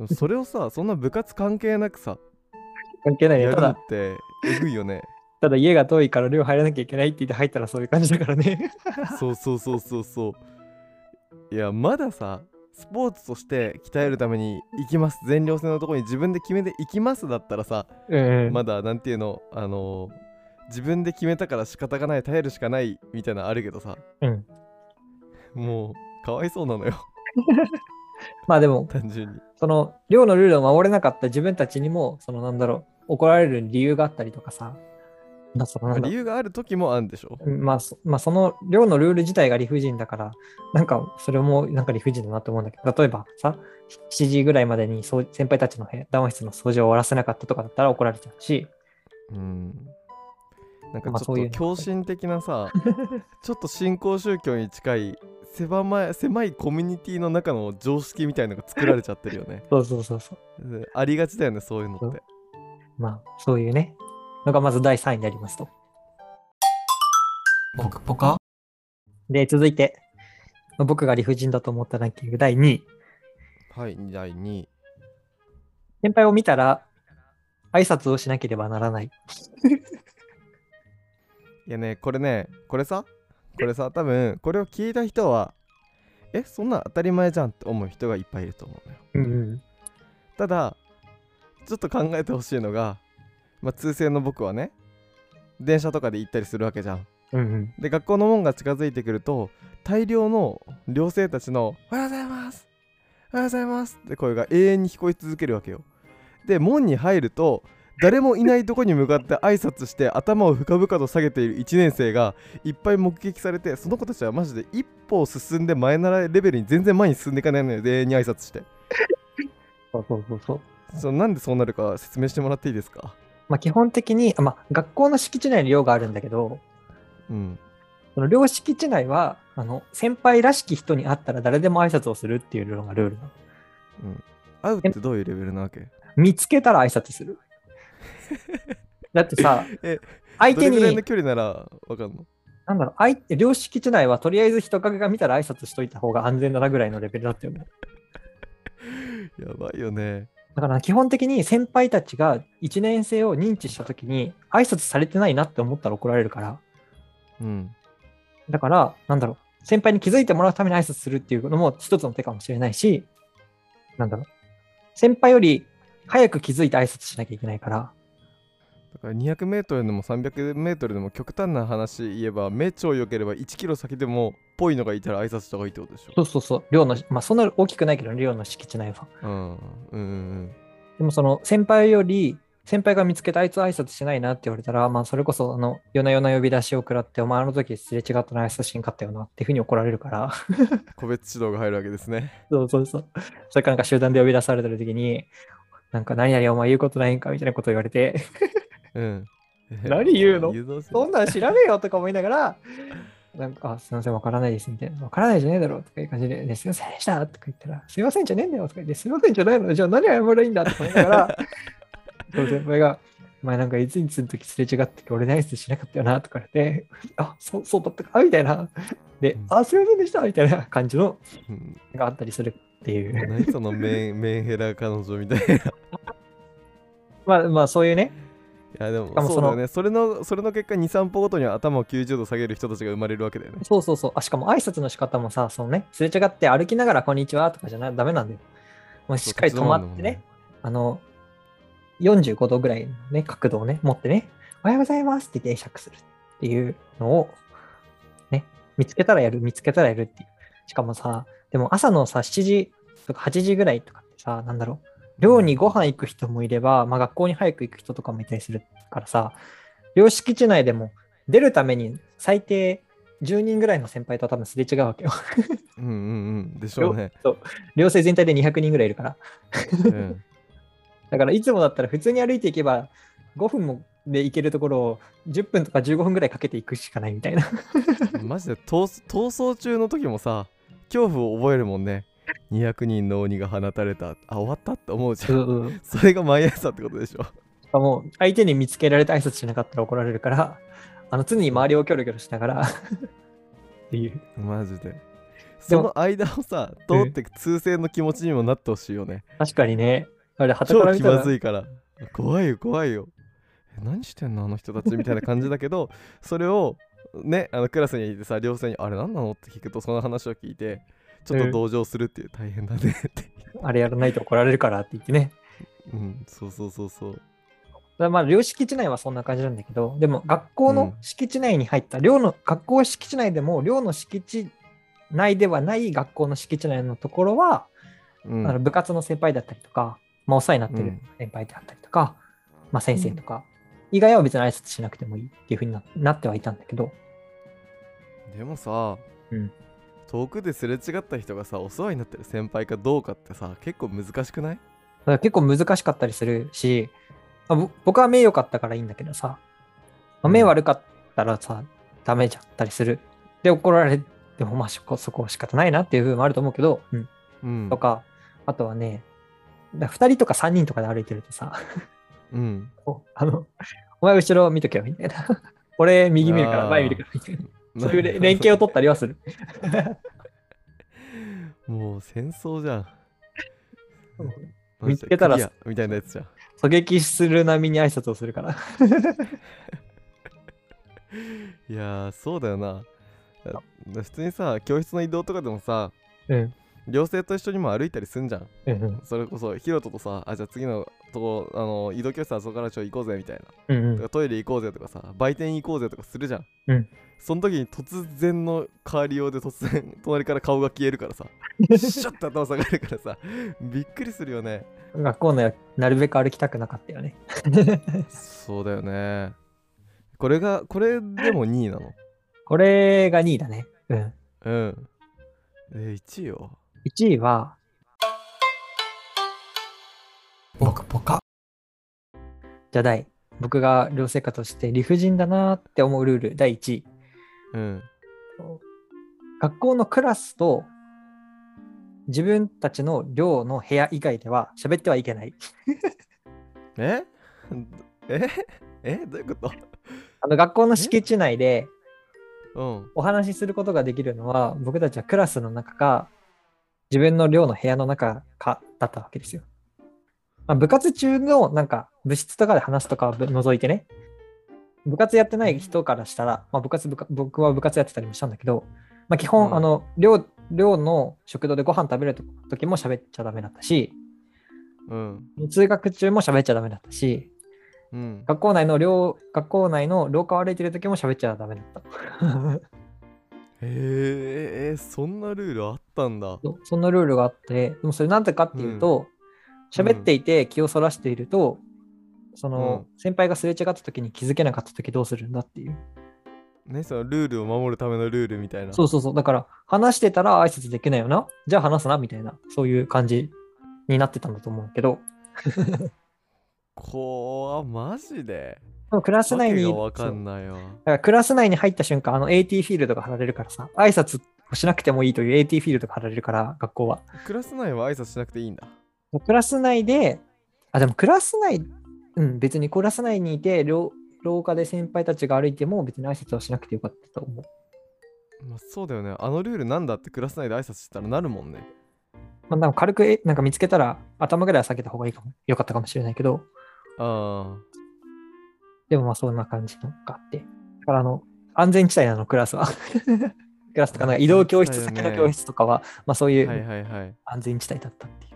[SPEAKER 2] もそれをさそんな部活関係なく さ
[SPEAKER 1] 関係ない
[SPEAKER 2] や
[SPEAKER 1] ね。
[SPEAKER 2] る
[SPEAKER 1] た
[SPEAKER 2] の
[SPEAKER 1] だ
[SPEAKER 2] っ、てえぐいよ ね
[SPEAKER 1] ただ家が遠いから量入らなきゃいけないって言って入ったらそういう感じだからね。
[SPEAKER 2] そうそうそうそうそういやまださスポーツとして鍛えるために行きます全寮制のとこに自分で決めて行きますだったらさ
[SPEAKER 1] うんうん。
[SPEAKER 2] まだなんていうのあのー自分で決めたから仕方がない耐えるしかないみたいなのあるけどさ
[SPEAKER 1] うん
[SPEAKER 2] もうかわいそうなのよ
[SPEAKER 1] まあでも、
[SPEAKER 2] 単純に
[SPEAKER 1] その量のルールを守れなかった自分たちにも、そのなんだろう、怒られる理由があったりとかさ。まあそのなんだろう
[SPEAKER 2] 理由がある時もあるんでしょ
[SPEAKER 1] まあ、そまあ、その寮のルール自体が理不尽だから、なんかそれもなんか理不尽だなと思うんだけど、例えばさ、7時ぐらいまでにそう先輩たちの部屋、談話室の掃除を終わらせなかったとかだったら怒られちゃうし、
[SPEAKER 2] うんなんか
[SPEAKER 1] まあ
[SPEAKER 2] ち
[SPEAKER 1] そ
[SPEAKER 2] ょ
[SPEAKER 1] うい
[SPEAKER 2] っ
[SPEAKER 1] う
[SPEAKER 2] と狂信的な さちょっと新興宗教に近い狭ま狭いコミュニティの中の常識みたいのが作られちゃってる よね
[SPEAKER 1] そうそうそうそう。
[SPEAKER 2] うんありがちだよねそういうのって
[SPEAKER 1] まあ、そういうね、のがまず第3位になりますと。
[SPEAKER 3] ポカポカ
[SPEAKER 1] で、続いて、まあ僕が理不尽だと思ったランキング第2位。
[SPEAKER 2] はい第2位
[SPEAKER 1] 先輩を見たら、挨拶をしなければならない。
[SPEAKER 2] いやねこれねこれさこれさ多分これを聞いた人はえそんなん当たり前じゃんって思う人がいっぱいいると思うのよ
[SPEAKER 1] うんうん。
[SPEAKER 2] ただちょっと考えてほしいのが、まあ、通性の僕はね電車とかで行ったりするわけじゃん
[SPEAKER 1] うんうん。
[SPEAKER 2] で学校の門が近づいてくると大量の寮生たちの「おはようございますおはようございます」って声が永遠に聞こえ続けるわけよで門に入ると誰もいないとこに向かって挨拶して頭を深々と下げている1年生がいっぱい目撃されてその子たちはマジで一歩進んで前ならレベルに全然前に進んでいかないのよ永遠に挨拶して
[SPEAKER 1] そうそうそうそう。
[SPEAKER 2] そのなんでそうなるか説明してもらっていいですか
[SPEAKER 1] まあ、基本的に、あまあ、学校の敷地内に寮があるんだけど、
[SPEAKER 2] うん
[SPEAKER 1] その両敷地内は、あの、先輩らしき人に会ったら誰でも挨拶をするっていうのがルールなの。
[SPEAKER 2] 会うってどういうレベルなわけ
[SPEAKER 1] 見つけたら挨拶する。だってさ
[SPEAKER 2] え、
[SPEAKER 1] 相
[SPEAKER 2] どれ
[SPEAKER 1] 手
[SPEAKER 2] ぐらいの
[SPEAKER 1] に、
[SPEAKER 2] 距離ならわかんの
[SPEAKER 1] なんだろう、相手、両敷地内はとりあえず人影が見たら挨拶しといた方が安全だなぐらいのレベルだったよね。
[SPEAKER 2] やばいよね
[SPEAKER 1] だから基本的に先輩たちが1年生を認知したときに挨拶されてないなって思ったら怒られるから、
[SPEAKER 2] うん
[SPEAKER 1] だから、なんだろう、先輩に気づいてもらうために挨拶するっていうのも一つの手かもしれないし、なんだろう、先輩より早く気づいて挨拶しなきゃいけないから、
[SPEAKER 2] だから200メートルでも300メートルでも極端な話言えば目超良ければ1キロ先でもぽいのがいたら挨拶した方がいいってことでし
[SPEAKER 1] そ
[SPEAKER 2] ょ
[SPEAKER 1] うそうそう、寮の、まあそんな大きくないけど、寮の敷地内は。
[SPEAKER 2] うんうんうん
[SPEAKER 1] でもその先輩より、先輩が見つけたあいつ挨拶しないなって言われたら、まあそれこそ、あの、夜な夜な呼び出しを食らって、お前あの時すれ違ったな挨拶しんかったよなっていうふうに怒られるから、
[SPEAKER 2] 個別指導が入るわけですね
[SPEAKER 1] そうそうそう。それからなんか集団で呼び出されてる時に、なんか何々お前言うことないんかみたいなこと言われて、
[SPEAKER 2] うん
[SPEAKER 1] 何言うの
[SPEAKER 2] 誘導する
[SPEAKER 1] そんなん知らねえよとか思いなが ら、なんか、あ、すいません、わからないですみたいな。わからないじゃねえだろとかいう感じで、ねすいませんでしたとか言ったら、すいませんじ ゃねえんだよとか言って、すいませんじゃないのじゃあ何謝ればいいんだとか思いながら、そう先輩が、前なんかいついつの時すれ違った時俺ナイスしなかったよなとか言われて、あ、そう、そうだったかみたいな。で
[SPEAKER 2] うん、
[SPEAKER 1] あ、すいませんでしたみたいな感じの
[SPEAKER 2] うん
[SPEAKER 1] があったりするっていう。
[SPEAKER 2] 何そのメン メンヘラ彼女みたいな。い
[SPEAKER 1] まあまあそういうね、
[SPEAKER 2] やでも
[SPEAKER 1] かも
[SPEAKER 2] そうだよ
[SPEAKER 1] そ
[SPEAKER 2] ね。それのそれの結果2、3歩ごとには頭を90度下げる人たちが生まれるわけだよね。
[SPEAKER 1] そうそうそう。あ、しかも挨拶の仕方もさ、そのね、すれ違って歩きながらこんにちはとかじゃなダメなんだよ。もうしっかり止まってね、あの、45度ぐらいのね、角度をね、持ってね、おはようございますって言って会釈するっていうのを、ね、見つけたらやる、見つけたらやるっていう。しかもさ、でも朝のさ、7時とか8時ぐらいとかってさ、なんだろう、寮にご飯行く人もいれば、まあ、学校に早く行く人とかもいたりするからさ、寮敷地内でも出るために最低10人ぐらいの先輩と多分すれ違うわけよ。
[SPEAKER 2] うんうんうん。でしょうね。
[SPEAKER 1] そう寮生全体で200人ぐらいいるから。
[SPEAKER 2] うん
[SPEAKER 1] だからいつもだったら普通に歩いていけば5分もで行けるところを10分とか15分ぐらいかけていくしかないみたいな。
[SPEAKER 2] マジで逃走逃走中の時もさ恐怖を覚えるもんね200人の鬼が放たれたあ終わったって思うじゃん
[SPEAKER 1] うん、
[SPEAKER 2] それが毎朝ってことでしょ
[SPEAKER 1] もう相手に見つけられて挨拶しなかったら怒られるから、あの常に周りをキョロキョロしながらっていう。
[SPEAKER 2] マジで
[SPEAKER 1] で
[SPEAKER 2] そ
[SPEAKER 1] も
[SPEAKER 2] の間をさ通ってく通性の気持ちにもなってほしいよね
[SPEAKER 1] 確かにね。あれ、はたか
[SPEAKER 2] 超
[SPEAKER 1] ら見
[SPEAKER 2] 気
[SPEAKER 1] た
[SPEAKER 2] ま
[SPEAKER 1] ら
[SPEAKER 2] ずいから怖いよ怖いよえ何してんのあの人たちみたいな感じだけど それをねあのクラスにいてさ両生にあれ何なのって聞くとその話を聞いてちょっと同情するっていう大変だねって、
[SPEAKER 1] あれやらないと怒られるからって言ってね。
[SPEAKER 2] うんそうそうそうそう
[SPEAKER 1] だからまあ、寮敷地内はそんな感じなんだけど、でも学校
[SPEAKER 2] う
[SPEAKER 1] の
[SPEAKER 2] ん
[SPEAKER 1] 敷地内に入った、寮の学校敷地内でも、寮の敷地内ではない学校の敷地内のところは、
[SPEAKER 2] うん
[SPEAKER 1] あの部活の先輩だったりとか、まあ、お世話になって
[SPEAKER 2] う
[SPEAKER 1] る
[SPEAKER 2] ん
[SPEAKER 1] 先輩であったりとか、まあ、先生とか、以外は別に挨拶しなくてもいいっていうふうにななってはいたんだけど、
[SPEAKER 2] でもさ、
[SPEAKER 1] うん
[SPEAKER 2] 遠くですれ違った人がさお世話になってる先輩かどうかってさ結構難しくない
[SPEAKER 1] だから結構難しかったりするし、まあぼ僕は目良かったからいいんだけどさ、まあ、目悪かったらさ、ダメじゃったりする。で、怒られても、まあ、そこ、そこ仕方ないなっていう部分もあると思うけど、うん、
[SPEAKER 2] うん
[SPEAKER 1] とか、あとはね、だ2人とか3人とかで歩いてるとさ、
[SPEAKER 2] うん
[SPEAKER 1] おあの、お前後ろ見とけよ、みたいな。 俺、右見るか
[SPEAKER 2] あ
[SPEAKER 1] ら、
[SPEAKER 2] ー
[SPEAKER 1] 前見るから、みたいな。 そういうれ連携を取ったりはする。
[SPEAKER 2] もう戦争じゃん
[SPEAKER 1] 見つけたら
[SPEAKER 2] マジでクリアみたいなやつじゃん
[SPEAKER 1] 狙撃する並みに挨拶をするから。
[SPEAKER 2] いやーそうだよなだだ普通にさ教室の移動とかでもさ
[SPEAKER 1] うん。
[SPEAKER 2] 寮生と一緒にも歩いたりすんじゃん
[SPEAKER 1] うんうん。
[SPEAKER 2] それこそヒロトとさあじゃあ次のとこあの移動教室あそこからちょ行こうぜみたい
[SPEAKER 1] う
[SPEAKER 2] な
[SPEAKER 1] んう
[SPEAKER 2] と
[SPEAKER 1] ん。
[SPEAKER 2] かトイレ行こうぜとかさ売店行こうぜとかするじゃん、
[SPEAKER 1] うん
[SPEAKER 2] その時に突然の変わりようで突然 隣から顔が消え るからさシュッと頭下がるからさ びっくりする よね
[SPEAKER 1] 学校内はなるべく歩きたくなかったよね。
[SPEAKER 2] そうだよねこれがこれでも2位なの
[SPEAKER 1] これが2位だね。うん。
[SPEAKER 2] うんえ1位よ
[SPEAKER 1] 1位は、
[SPEAKER 3] ぽかぽか。
[SPEAKER 1] じゃあ第、僕が寮生活として理不尽だなって思うルール、第1位。
[SPEAKER 2] うん
[SPEAKER 1] 学校のクラスと自分たちの寮の部屋以外では喋ってはいけない。
[SPEAKER 2] えええどういうこ
[SPEAKER 1] あの学校の敷地内で、
[SPEAKER 2] と
[SPEAKER 1] お話しすることができるのは僕たちはクラスの中か自分の寮の部屋の中かだったわけですよ。まあ、部活中のなんか部室とかで話すとかは除いてね部活やってない人からしたら、まあ、部活部僕は部活やってたりもしたんだけど、まあ、基本、
[SPEAKER 2] うん
[SPEAKER 1] あの寮寮の食堂でご飯食べる時も喋っちゃダメだったし
[SPEAKER 2] うんうん
[SPEAKER 1] 通学中も喋っちゃダメだったし
[SPEAKER 2] うん
[SPEAKER 1] 学校内の寮学校内の廊下を歩いてる時も喋っちゃダメだった。
[SPEAKER 2] えー、えーそんなルールあったんだ
[SPEAKER 1] そうそんなルールがあって、でもそれなんでかっていうと、喋っていて気をそらしていると、その、先輩がすれ違った時に気づけなかった時どうするんだっていう。
[SPEAKER 2] ねそのルールを守るためのルールみたいな
[SPEAKER 1] そうそうそう。だから話してたら挨拶できないよな。じゃあ話すなみたいな、そういう感じになってたんだと思うけど、
[SPEAKER 2] こわマジで
[SPEAKER 1] でもクラス内に、
[SPEAKER 2] わけが
[SPEAKER 1] そう
[SPEAKER 2] わか
[SPEAKER 1] だ
[SPEAKER 2] んないわ
[SPEAKER 1] からクラス内に入った瞬間、あの AT フィールドが貼られるからさ、挨拶をしなくてもいいという AT フィールドが貼られるから、学校は。
[SPEAKER 2] クラス内は挨拶しなくていいんだ
[SPEAKER 1] クラス内で、あ、でもクラス内うん、別にコーラス内にいて廊、廊下で先輩たちが歩いても別に挨拶をしなくてよかったと思う。
[SPEAKER 2] まあ、そうだよねあのルールなんだってクラス内で挨拶したらなるもんね
[SPEAKER 1] まあ、なんか軽くえなんか見つけたら頭ぐらいは下げた方がいいかもよかったかもしれないけど、
[SPEAKER 2] ああ
[SPEAKER 1] でもまあそんな感じのがあって。だからあの、安全地帯なの、クラスは。 クラスとか、なんか移動教室
[SPEAKER 2] 安全地帯だ
[SPEAKER 1] 先
[SPEAKER 2] ね
[SPEAKER 1] の教室とかは、まあそうい
[SPEAKER 2] はいうはいはい
[SPEAKER 1] 安全地帯だったってい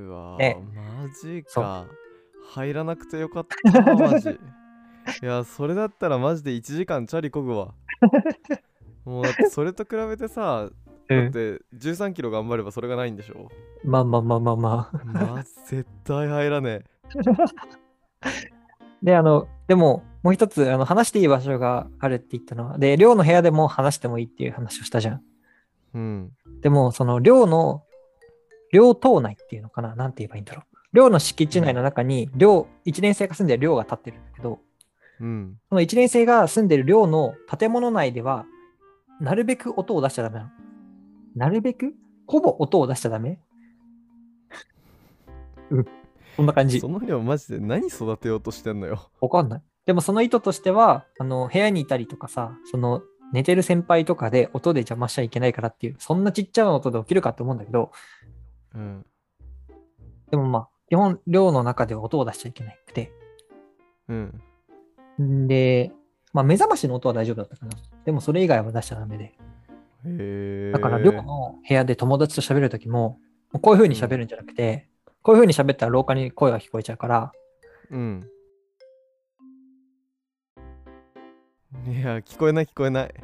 [SPEAKER 1] う。
[SPEAKER 2] うわー
[SPEAKER 1] ね
[SPEAKER 2] マジ
[SPEAKER 1] そ
[SPEAKER 2] か入らなくてよかったわマジ いやそれだったらマジで1時間チャリこぐ わもうだってそれと比べてさだって1 3キロ頑張ればそれがないんでしょ
[SPEAKER 1] まあまあまあまあまあ。
[SPEAKER 2] ま あ絶対入らね
[SPEAKER 1] で、あの、でも、もう一つ、あの、話していい場所があるって言ったのは、で、寮の部屋でも話してもいいっていう話をしたじゃん。
[SPEAKER 2] えうん
[SPEAKER 1] でも、その寮の、寮島内っていうのかななんて言えばいいんだろう。寮の敷地内の中に、寮、1年生が住んでる寮が建ってるんだけど、
[SPEAKER 2] うん
[SPEAKER 1] その1年生が住んでる寮の建物内では、なるべく音を出しちゃダメなの。なるべくほぼ音を出しちゃダメうん。こんな感じ
[SPEAKER 2] そ。の量マジで何育てようとしてんのよ
[SPEAKER 1] わかんない。でもその意図としては、あの、部屋にいたりとかさ、その、寝てる先輩とかで音で邪魔しちゃいけないからっていう、そんなちっちゃな音で起きるかって思うんだけど、
[SPEAKER 2] うん
[SPEAKER 1] でもまあ、基本、寮の中では音を出しちゃいけなくて。
[SPEAKER 2] うん
[SPEAKER 1] んで、まあ、目覚ましの音は大丈夫だったかな。でもそれ以外は出しちゃダメで。
[SPEAKER 2] へえ
[SPEAKER 1] だから寮の部屋で友達と喋るときも、もうこういう風に喋るんじゃなくて、こういう風に喋ったら廊下に声が聞こえちゃうから、
[SPEAKER 2] うんいや聞こえない聞こえない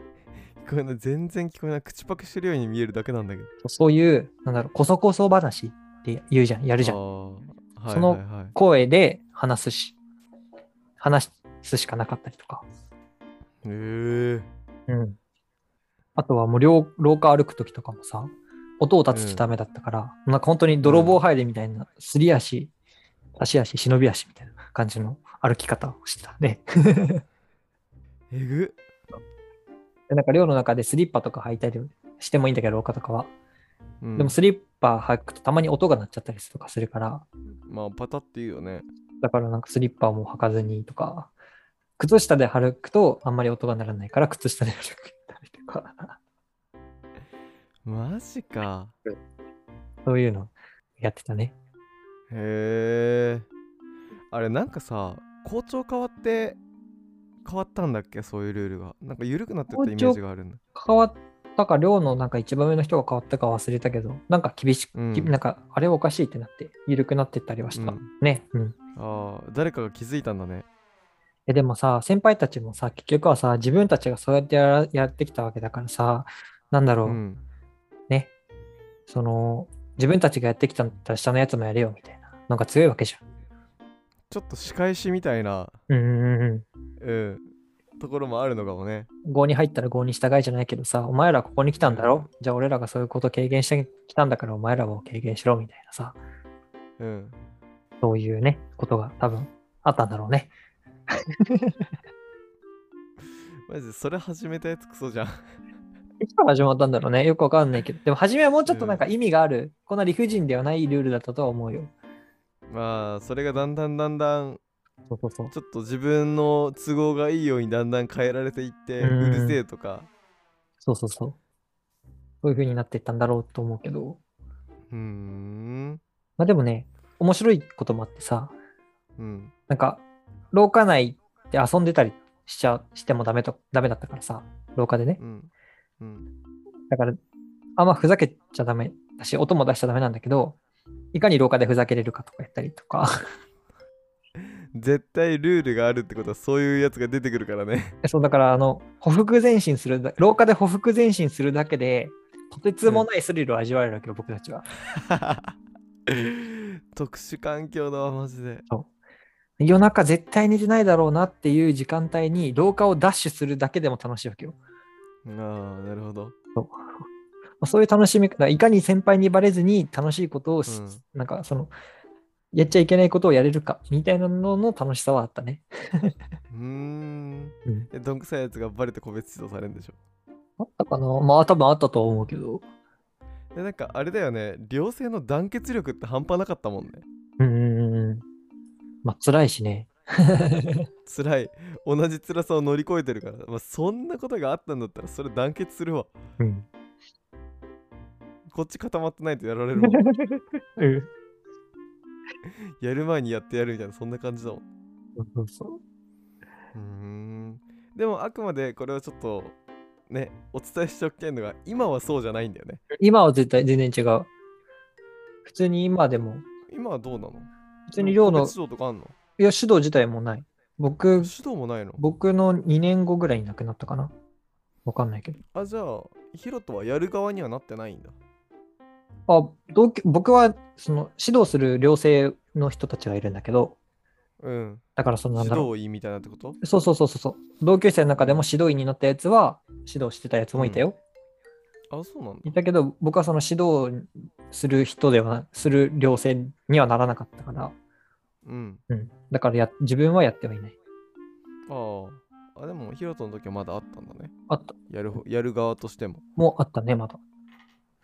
[SPEAKER 2] 聞こえない全然聞こえない口パクしてるように見えるだけなんだけど
[SPEAKER 1] そういう、なんだろう、こそこそ話って言うじゃん、やるじゃ
[SPEAKER 2] あ
[SPEAKER 1] ん。
[SPEAKER 2] ーはい
[SPEAKER 1] その
[SPEAKER 2] はいはい
[SPEAKER 1] 声で話すし、話すしかなかったりとか。
[SPEAKER 2] へえ
[SPEAKER 1] うん。あとはもう寮廊下歩くときとかもさ、音を立てちゃダメだったから、なんか本当に泥棒入れみたいな、すり足、足足、忍び足みたいな感じの歩き方をしてた ね。
[SPEAKER 2] えぐ
[SPEAKER 1] でなんか寮の中でスリッパとか履いたりしてもいいんだけど、廊下とかは。
[SPEAKER 2] うん
[SPEAKER 1] でもスリッパ履くとたまに音が鳴っちゃったりとかするから、
[SPEAKER 2] まあパタって言うよね
[SPEAKER 1] だからなんかスリッパも履かずにとか、靴下で歩くとあんまり音が鳴らないから靴下で歩くたりとか、
[SPEAKER 2] マジか
[SPEAKER 1] そういうのやってたね。
[SPEAKER 2] へえあれなんかさ校長変わって変わったんだっけそういうルールがなんか緩くなってったイメージがあるんだ
[SPEAKER 1] 変わったか、寮のなんか一番上の人が変わったか忘れたけど、なんか厳しく、
[SPEAKER 2] うん
[SPEAKER 1] きなんかあれおかしいってなって、緩くなってったりはした。
[SPEAKER 2] うん
[SPEAKER 1] ね。うん。
[SPEAKER 2] あー誰かが気づいたんだね
[SPEAKER 1] えでもさ、先輩たちもさ、結局はさ、自分たちがそうやってやらやってきたわけだからさ、なんだろ
[SPEAKER 2] う
[SPEAKER 1] う、
[SPEAKER 2] ん
[SPEAKER 1] ね。その、自分たちがやってきたんだったら下のやつもやれよみたいな。なんか強いわけじ
[SPEAKER 2] ちょっと仕返しみたいな
[SPEAKER 1] ゃん。うんうんうん。
[SPEAKER 2] うんところもあるのかもね
[SPEAKER 1] 郷に入ったら郷に従いじゃないけどさ、お前らここに来たんだろじゃあ俺らがそういうこと軽減してきたんだからお前らも軽減しろみたいなさ、
[SPEAKER 2] うん
[SPEAKER 1] そういうね、ことが多分あったんだろうね。
[SPEAKER 2] マジでそれ始めたやつクソじゃん
[SPEAKER 1] いつから始まったんだろうね。よくわかんないけど。でも初めはもうちょっとなんか意味がある、こんな理不尽ではないルールだったとは思うよ。
[SPEAKER 2] まあそれがだんだんだんだん
[SPEAKER 1] そうそうそう。
[SPEAKER 2] ちょっと自分の都合がいいようにだんだん変えられていって
[SPEAKER 1] うん
[SPEAKER 2] うるせえとか
[SPEAKER 1] そうそうそう。そういう風になっていったんだろうと思うけど。
[SPEAKER 2] うーん
[SPEAKER 1] まあでもね、面白いこともあってさ、
[SPEAKER 2] うん
[SPEAKER 1] なんか、廊下内で遊んでたりしちゃ、してもダメと、ダメだったからさ、廊下でね
[SPEAKER 2] う。んうん
[SPEAKER 1] だから、あんまふざけちゃダメだし、音も出しちゃダメなんだけど、いかに廊下でふざけれるかとかやったりとか、
[SPEAKER 2] 絶対ルールがあるってことはそういうやつが出てくるからね
[SPEAKER 1] そうだから、あの、歩幅前進するだ、廊下で歩幅前進するだけで、とてつもないスリルを味わえるわけよ、僕たちは。
[SPEAKER 2] 特殊環境だわマジで
[SPEAKER 1] 夜中絶対寝てないだろうなっていう時間帯に、廊下をダッシュするだけでも楽しいわけよ。
[SPEAKER 2] あーなるほど
[SPEAKER 1] まあそういう楽しみ方、いかに先輩にバレずに楽しいことをし、
[SPEAKER 2] うん
[SPEAKER 1] なんかその、やっちゃいけないことをやれるか、みたいなのの楽しさはあったね。
[SPEAKER 2] うーん
[SPEAKER 1] うん
[SPEAKER 2] えどんくさいやつがバレて個別指導されるんでしょ
[SPEAKER 1] あったかなまあ多分あったと思うけど。
[SPEAKER 2] でなんかあれだよね寮生の団結力って半端なかったもんね
[SPEAKER 1] うんうんうんうん。まあ、辛いしね。
[SPEAKER 2] 辛い同じ辛さを乗り越えてるから、まあ、そんなことがあったんだったらそれ団結するわ
[SPEAKER 1] うん。
[SPEAKER 2] こっち固まってないとや られるもん
[SPEAKER 1] うん。
[SPEAKER 2] やる前にやってやるみたいなそんな感じだもん
[SPEAKER 1] そうそうそう
[SPEAKER 2] ーんでもあくまでこれをちょっとねお伝えしておきたいのが今はそうじゃないんだよね
[SPEAKER 1] う今は絶対全然違う。普通に今でも、
[SPEAKER 2] 今はどうなの
[SPEAKER 1] 普通に寮の、い
[SPEAKER 2] 個別指導とかあんの
[SPEAKER 1] や、指導自体もない。僕
[SPEAKER 2] 指、導もないの
[SPEAKER 1] 僕の2年後ぐらいに亡くなったかな。わかんないけど。
[SPEAKER 2] あじゃあヒロトはやる側にはなってないんだ
[SPEAKER 1] あ同居僕はその指導する寮生の人たちがいるんだけど、
[SPEAKER 2] うん
[SPEAKER 1] だからそのなん
[SPEAKER 2] 指
[SPEAKER 1] だろ
[SPEAKER 2] 導員みたいなってこと
[SPEAKER 1] う。そうそうそうそうそう。同級生の中でも指導員になったやつは指導してたやつもいたよ。
[SPEAKER 2] あそうなんだ
[SPEAKER 1] いたけど、僕はその指導する人ではな、する寮生にはならなかったから、
[SPEAKER 2] うん
[SPEAKER 1] うん。だからや自分はやってはいない。
[SPEAKER 2] あああでもヒロトの時はまだあったんだね
[SPEAKER 1] あった、
[SPEAKER 2] やるほやる側としても
[SPEAKER 1] もうあったね、まだ。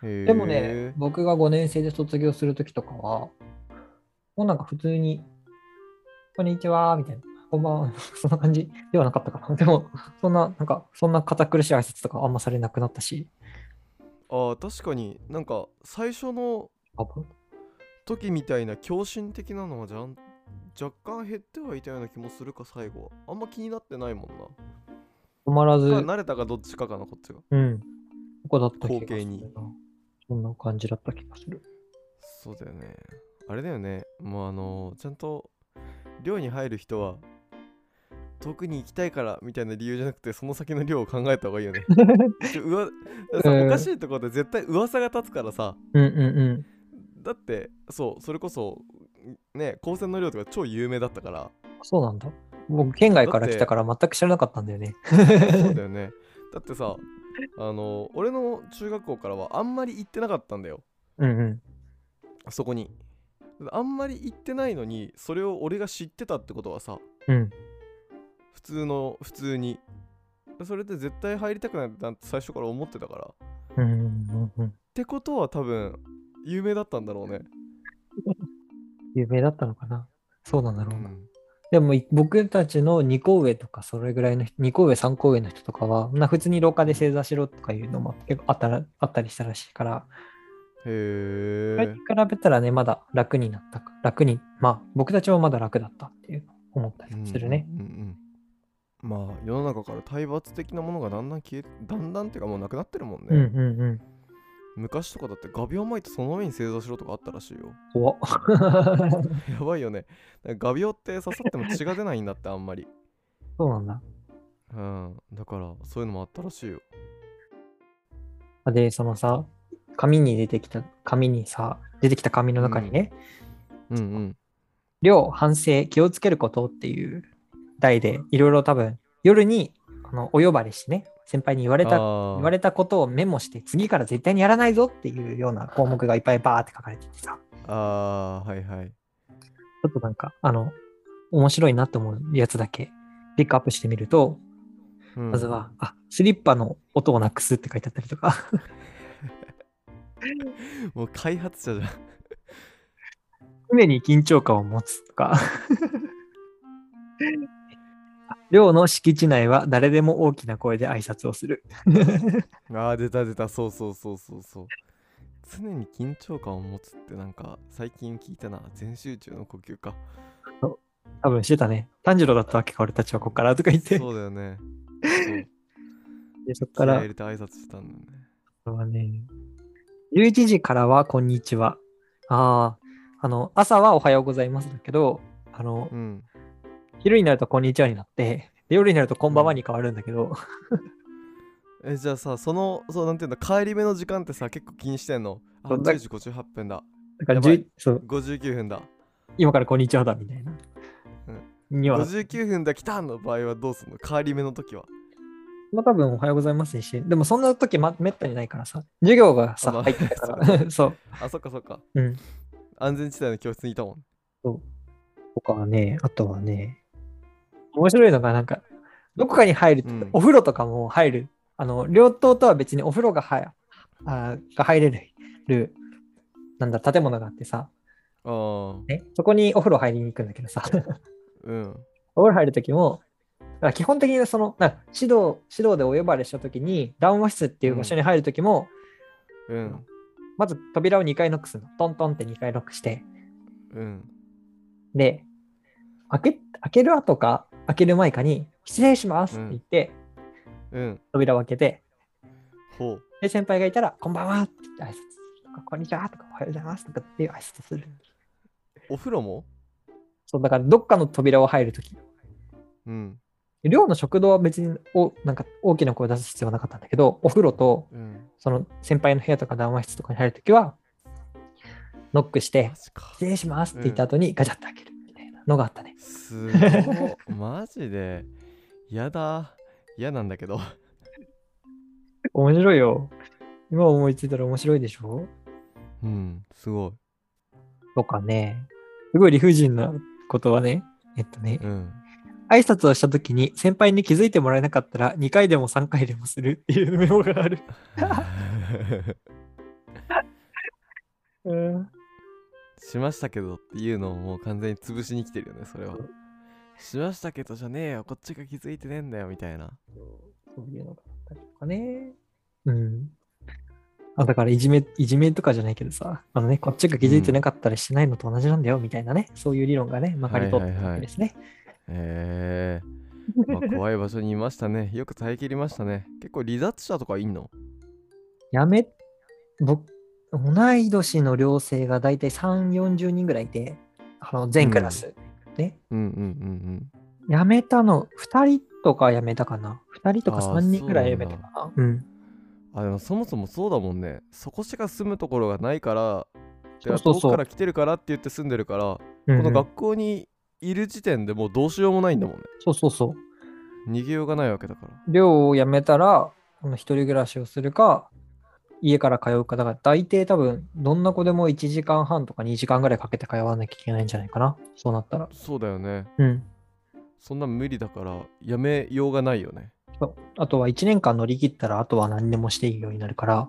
[SPEAKER 2] で
[SPEAKER 1] でもね、僕が5年生で卒業するときとかは、もうなんか普通に、こんにちは、みたいな、こんばんは、 そんな感じではなかったかな。でも、そんな、なんか、そんな堅苦しい挨拶とかあんまされなくなったし、
[SPEAKER 2] ああ確かになんか最初の
[SPEAKER 1] あぼ
[SPEAKER 2] 時みたいな狂心的なのはじゃん若干減ってはいたような気もするか最後はあんま気になってないもん
[SPEAKER 1] 止まらず、
[SPEAKER 2] な、まあ慣れたかどっちかかなこっちが
[SPEAKER 1] うん、ここだった気が
[SPEAKER 2] 光
[SPEAKER 1] す
[SPEAKER 2] 景
[SPEAKER 1] る
[SPEAKER 2] に
[SPEAKER 1] な。そんな感じだった気がする。
[SPEAKER 2] そうだよねあれだよねもうあのちゃんと寮に入る人は遠くに行きたいからみたいな理由じゃなくてその先の寮を考えた方がいい よねちょうわだから
[SPEAKER 1] う
[SPEAKER 2] さ
[SPEAKER 1] ん
[SPEAKER 2] おかしいところで絶対噂が立つからさ
[SPEAKER 1] うんうんうん。
[SPEAKER 2] だってそうそれこそね高専の寮とか超有名だったから
[SPEAKER 1] そうなんだ。僕、県外から
[SPEAKER 2] だって
[SPEAKER 1] 来たから全く知らなかったんだよね。
[SPEAKER 2] そうだよね。だってさ、あの、俺の中学校からはあんまり行ってなかったんだよ、
[SPEAKER 1] うんうん。
[SPEAKER 2] そこに。あんまり行ってないのに、それを俺が知ってたってことはさ、
[SPEAKER 1] うん。
[SPEAKER 2] 普通の、普通に。それで絶対入りたくないなんて最初から思ってたか
[SPEAKER 1] う
[SPEAKER 2] ら。っ
[SPEAKER 1] んうんうんうん。
[SPEAKER 2] てことは多分、有名だったんだろうね。
[SPEAKER 1] 有名だったのかな。そうなんだろうな。でもい僕たちの2校上とかそれぐらいの人2校上3校上の人とかはな普通に廊下で正座しろとかいうのも結構あったらあったりしたらしいから、
[SPEAKER 2] へ
[SPEAKER 1] それに
[SPEAKER 2] え
[SPEAKER 1] 比。べたらねまだ楽になったか楽にまあ僕たちもまだ楽だったっていう思ったりもするね。
[SPEAKER 2] うんうんうんまあ世の中から体罰的なものがだんだん消えだんだんっていうかもうなくなってるもんね、
[SPEAKER 1] うんうんうん。
[SPEAKER 2] 昔とかだって画鋲巻いてその上に正座しろとかあったらしいよ
[SPEAKER 1] 怖っ
[SPEAKER 2] やばいよねなんか画鋲って刺さっても血が出ないんだってあんまり
[SPEAKER 1] そうなんだ。
[SPEAKER 2] うんだからそういうのもあったらしいよ
[SPEAKER 1] でそのさ紙に出てきた紙にさ出てきた紙の中にね、
[SPEAKER 2] うんうん
[SPEAKER 1] 量反省気をつけることっていう題でいろいろ多分夜にあのお呼ばれしてね先輩に言われた
[SPEAKER 2] 言
[SPEAKER 1] 言われたことをメモして次から絶対にやらないぞっていうような項目がいっぱいバーって書かれててさち
[SPEAKER 2] あーはいはい
[SPEAKER 1] ょっとなんかあの面白いなって思うやつだけピックアップしてみると
[SPEAKER 2] うん
[SPEAKER 1] まずは、あスリッパの音をなくすって書いてあったりとか
[SPEAKER 2] もう開発者じゃん
[SPEAKER 1] 常に緊張感を持つとか寮の敷地内は誰でも大きな声で挨拶をす る
[SPEAKER 2] あー出た出たそうそうそうそうそう常に緊張感を持つってなんか最近聞いたな全集中の呼吸 か
[SPEAKER 1] 多分してたね炭治郎だったわけか俺たちはここからとか言って
[SPEAKER 2] そうだよねそう
[SPEAKER 1] でそっ
[SPEAKER 2] 気合
[SPEAKER 1] から
[SPEAKER 2] い入れて挨拶してたんだよね
[SPEAKER 1] これはね、11時からはこんにちは。ああ、あの、朝はおはようございますだけど、あの、
[SPEAKER 2] うん
[SPEAKER 1] 昼になるとこんにちはになって、で夜になるとこんばんはに変わるんだけど、
[SPEAKER 2] えじゃあさそのそうなんていうんだ帰り目の時間ってさ結構気にしてんのあ
[SPEAKER 1] そんな
[SPEAKER 2] 10時58分だ
[SPEAKER 1] だから
[SPEAKER 2] やばい
[SPEAKER 1] 10そう
[SPEAKER 2] 59分だ
[SPEAKER 1] 今からこんにちはだみたいな。には、
[SPEAKER 2] 59分だ来たの場合はどうすんの帰り目の時は
[SPEAKER 1] まあ多分おはようございますにして、でもそんな時、ま、めったにないからさ、授業がさ、
[SPEAKER 2] あまあ
[SPEAKER 1] 入ってたから、 そう。
[SPEAKER 2] あそっかそっか
[SPEAKER 1] うん。
[SPEAKER 2] 安全地帯の教室にいたもん
[SPEAKER 1] とかはね、あとはね、面白いのがなんか、どこかに入ると、
[SPEAKER 2] うん
[SPEAKER 1] お風呂とかも入る。あの、両棟とは別にお風呂がはあーが入れる、なんだ、建物があってさ、
[SPEAKER 2] あー
[SPEAKER 1] ね、そこにお風呂入りに行くんだけどさ、
[SPEAKER 2] うん
[SPEAKER 1] お風呂入るときも、だから基本的にその、なんか指導、指導でお呼ばれしたときに、談話室っていう場所に入るときも、
[SPEAKER 2] うん
[SPEAKER 1] まず扉を2回ノックするの。トントンって2回ノックして、
[SPEAKER 2] うん
[SPEAKER 1] で、開け、開ける後か、開ける前かに、失礼しますって言って、
[SPEAKER 2] うん
[SPEAKER 1] 扉を開けて、
[SPEAKER 2] ほう
[SPEAKER 1] で、先輩がいたら、こんばんはって言って挨拶するとか、こんにちはとか、おはようございますとかっていう挨拶する。
[SPEAKER 2] お風呂も
[SPEAKER 1] そう、だからどっかの扉を入るとき、
[SPEAKER 2] うん
[SPEAKER 1] 寮の食堂は別におなんか大きな声を出す必要はなかったんだけど、お風呂と
[SPEAKER 2] うん
[SPEAKER 1] その先輩の部屋とか談話室とかに入るときは、ノックして
[SPEAKER 2] マ、ジか
[SPEAKER 1] 失礼しますって言った後にガチャッと開けるみたいなのがあったね。
[SPEAKER 2] すごいマジでやだ嫌なんだけど
[SPEAKER 1] 面白いよ。今思いついたら面白いでしょ
[SPEAKER 2] うんすごい
[SPEAKER 1] とかね。すごい理不尽なことはね。えっとね、
[SPEAKER 2] うん
[SPEAKER 1] 挨拶をしたときに先輩に気づいてもらえなかったら2回でも3回でもするっていうメモが ある。うん。
[SPEAKER 2] しましたけどっていうのをもう完全に潰しに来てるよねそれはしましたけどじゃねえよこっちが気づいてねえんだよみたいな
[SPEAKER 1] そういうのがあったりとかね。うん。あだからいじめ、いじめとかじゃないけどさ、あのね、こっちが気づいてなかったらしてないのと同じなんだよみたいなね、そういう理論がね、まかり通ってたわけですね。
[SPEAKER 2] えー、まあ怖い場所にいましたね よく耐えきりましたね結構離脱者とかいんの
[SPEAKER 1] やめ、僕、同い年の寮生が大体3、40人ぐらいいて、あの全クラス、ね。
[SPEAKER 2] うんうんうん
[SPEAKER 1] やめたの、2人とかやめたかな。2人とか
[SPEAKER 2] あー
[SPEAKER 1] 3人ぐらいやめたかな。うん。
[SPEAKER 2] うんあでもそもそもそうだもんねそこしか住むところがないからて
[SPEAKER 1] そう
[SPEAKER 2] か
[SPEAKER 1] そう
[SPEAKER 2] 遠
[SPEAKER 1] そう
[SPEAKER 2] くから来てるからって言って住んでるから
[SPEAKER 1] うんう
[SPEAKER 2] こ
[SPEAKER 1] ん
[SPEAKER 2] の学校にいる時点でもうどうしようもないんだもんね
[SPEAKER 1] そうそうそう。
[SPEAKER 2] 逃げようがないわけだから
[SPEAKER 1] 寮を辞めたら、この一人暮らしをするか、家から通うか、だから大抵多分、どんな子でも1時間半とか2時間ぐらいかけて通わなきゃいけないんじゃないかな。そうなったら。
[SPEAKER 2] そうだよね
[SPEAKER 1] うん。
[SPEAKER 2] そんな無理だからやめようがないよね
[SPEAKER 1] そうあとは1年間乗り切ったら、あとは何でもしていいようになるから、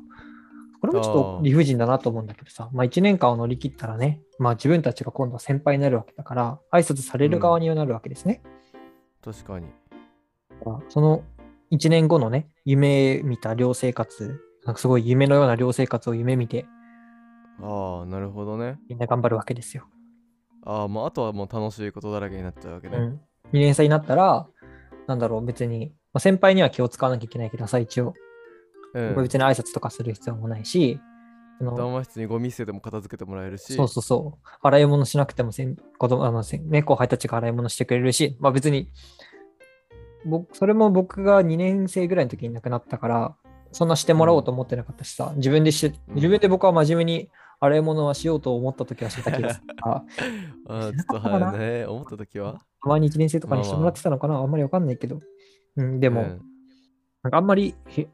[SPEAKER 1] これもちょっと理不尽だなと思うんだけどさ、まあ1年間を乗り切ったらね、まあ自分たちが今度は先輩になるわけだから、挨拶される側にはなるわけですね。
[SPEAKER 2] 確かに
[SPEAKER 1] その1年後のね、夢見た寮生活、なんかすごい夢のような寮生活を夢見て、
[SPEAKER 2] ああなるほどね
[SPEAKER 1] みんな頑張るわけですよ。
[SPEAKER 2] ああまああとはもう楽しいことだらけになっちゃうわけね、
[SPEAKER 1] うん、2年生になったら、なんだろう、別に、まあ、先輩には気を使わなきゃいけないけどさ、一応、
[SPEAKER 2] うん
[SPEAKER 1] 僕は別に挨拶とかする必要もないし、あの
[SPEAKER 2] 談話室にゴミ捨てても片付けてもらえるし
[SPEAKER 1] そうそうそう、洗い物しなくても先子供あの、先ね、後輩たちが洗い物してくれるし、まあ別に、僕それも僕が2年生ぐらいの時に亡くなったから、そんなしてもらおうと思ってなかったしさ、自分でし、
[SPEAKER 2] うん
[SPEAKER 1] 自分で僕は真面目に洗い物はしようと思った時はしてた気がするから、
[SPEAKER 2] あーちょっと
[SPEAKER 1] そうだ
[SPEAKER 2] はいね思った時は
[SPEAKER 1] たまに1年生とかにしてもらってたのかな、あんまりわかんないけど、うん、で
[SPEAKER 2] で
[SPEAKER 1] も、なんかあんまりへ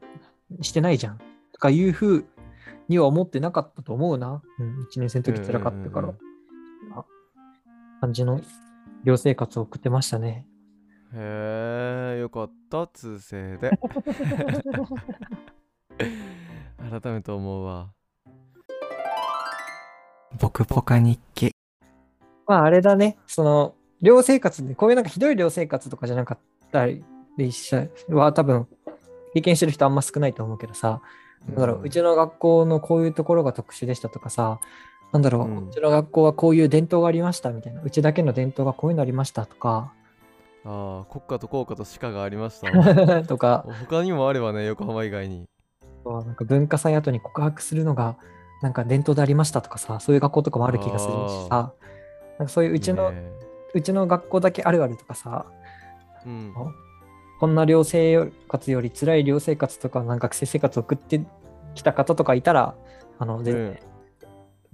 [SPEAKER 1] してないじゃん。とかいうふうには思ってなかったと思うな。うん、1年生の時辛かったから。
[SPEAKER 2] うん
[SPEAKER 1] あ感じの寮生活を送ってました ね。
[SPEAKER 2] へえよかった通 生で改めて思うわ
[SPEAKER 3] ぼくぽか日記。
[SPEAKER 1] まああれだね、その寮生活で、こういうなんかひどい寮生活とかじゃなかったりしたは多分経験してる人あんま少ないと思うけどさ、なんだろう、うちの学校のこういうところが特殊でしたとかさ、なんだろう、
[SPEAKER 2] うん
[SPEAKER 1] うちの学校はこういう伝統がありましたみたいな、うちだけの伝統がこういうのありましたとか、
[SPEAKER 2] ああ国家と効果と歯科がありました
[SPEAKER 1] とか、
[SPEAKER 2] 他にもあればね横浜以外に
[SPEAKER 1] あとはなんか文化祭後に告白するのがなんか伝統でありましたとかさそういう学校とかもある気がするしさなんかそういううちの
[SPEAKER 2] いいね
[SPEAKER 1] うちの学校だけあるあるとかさ
[SPEAKER 2] うん
[SPEAKER 1] こんな寮生活より辛い寮生活とかなんか学生生活を送ってきた方とかいたらあの全然、
[SPEAKER 2] うん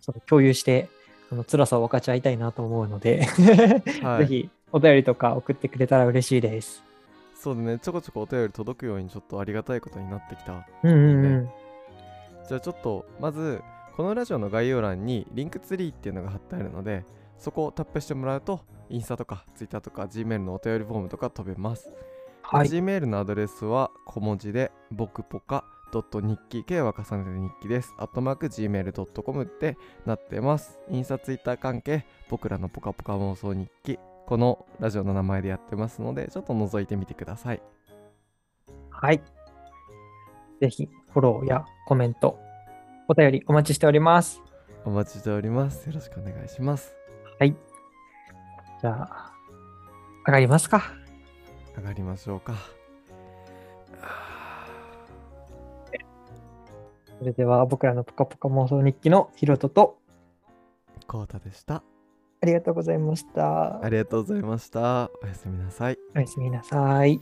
[SPEAKER 1] その共有してあの辛さを分かち合いたいなと思うので、
[SPEAKER 2] は
[SPEAKER 1] ぜ
[SPEAKER 2] い
[SPEAKER 1] ひお便りとか送ってくれたら嬉しいです。
[SPEAKER 2] そうだねちょこちょこお便り届くようにちょっとありがたいことになってきた
[SPEAKER 1] うんうんうん、
[SPEAKER 2] じゃあちょっとまずこのラジオの概要欄にリンクツリーっていうのが貼ってあるのでそこをタップしてもらうとインスタとかツイッターとか Gmail のお便りフォームとか飛べます、
[SPEAKER 1] はい、
[SPEAKER 2] Gmail のアドレスは小文字で僕ぽかドット日記 K は重ねて日記です。アットマーク Gmail.com ってなってます。印刷ツイッター関係、僕らのポカポカ妄想日記、このラジオの名前でやってますので、ちょっと覗いてみてください。
[SPEAKER 1] はい。ぜひ、フォローやコメント、お便りお待ちしております。
[SPEAKER 2] お待ちしております。よろしくお願いします。
[SPEAKER 1] はい。じゃあ、上がりますか。
[SPEAKER 2] 上がりましょうか。あ
[SPEAKER 1] それでは、僕らのポカポカ妄想日記のひろとと、
[SPEAKER 2] ーこうたでした。
[SPEAKER 1] ありがとうございました
[SPEAKER 2] あ。りがとうございました。おやすみなさい。
[SPEAKER 1] おやすみなさい。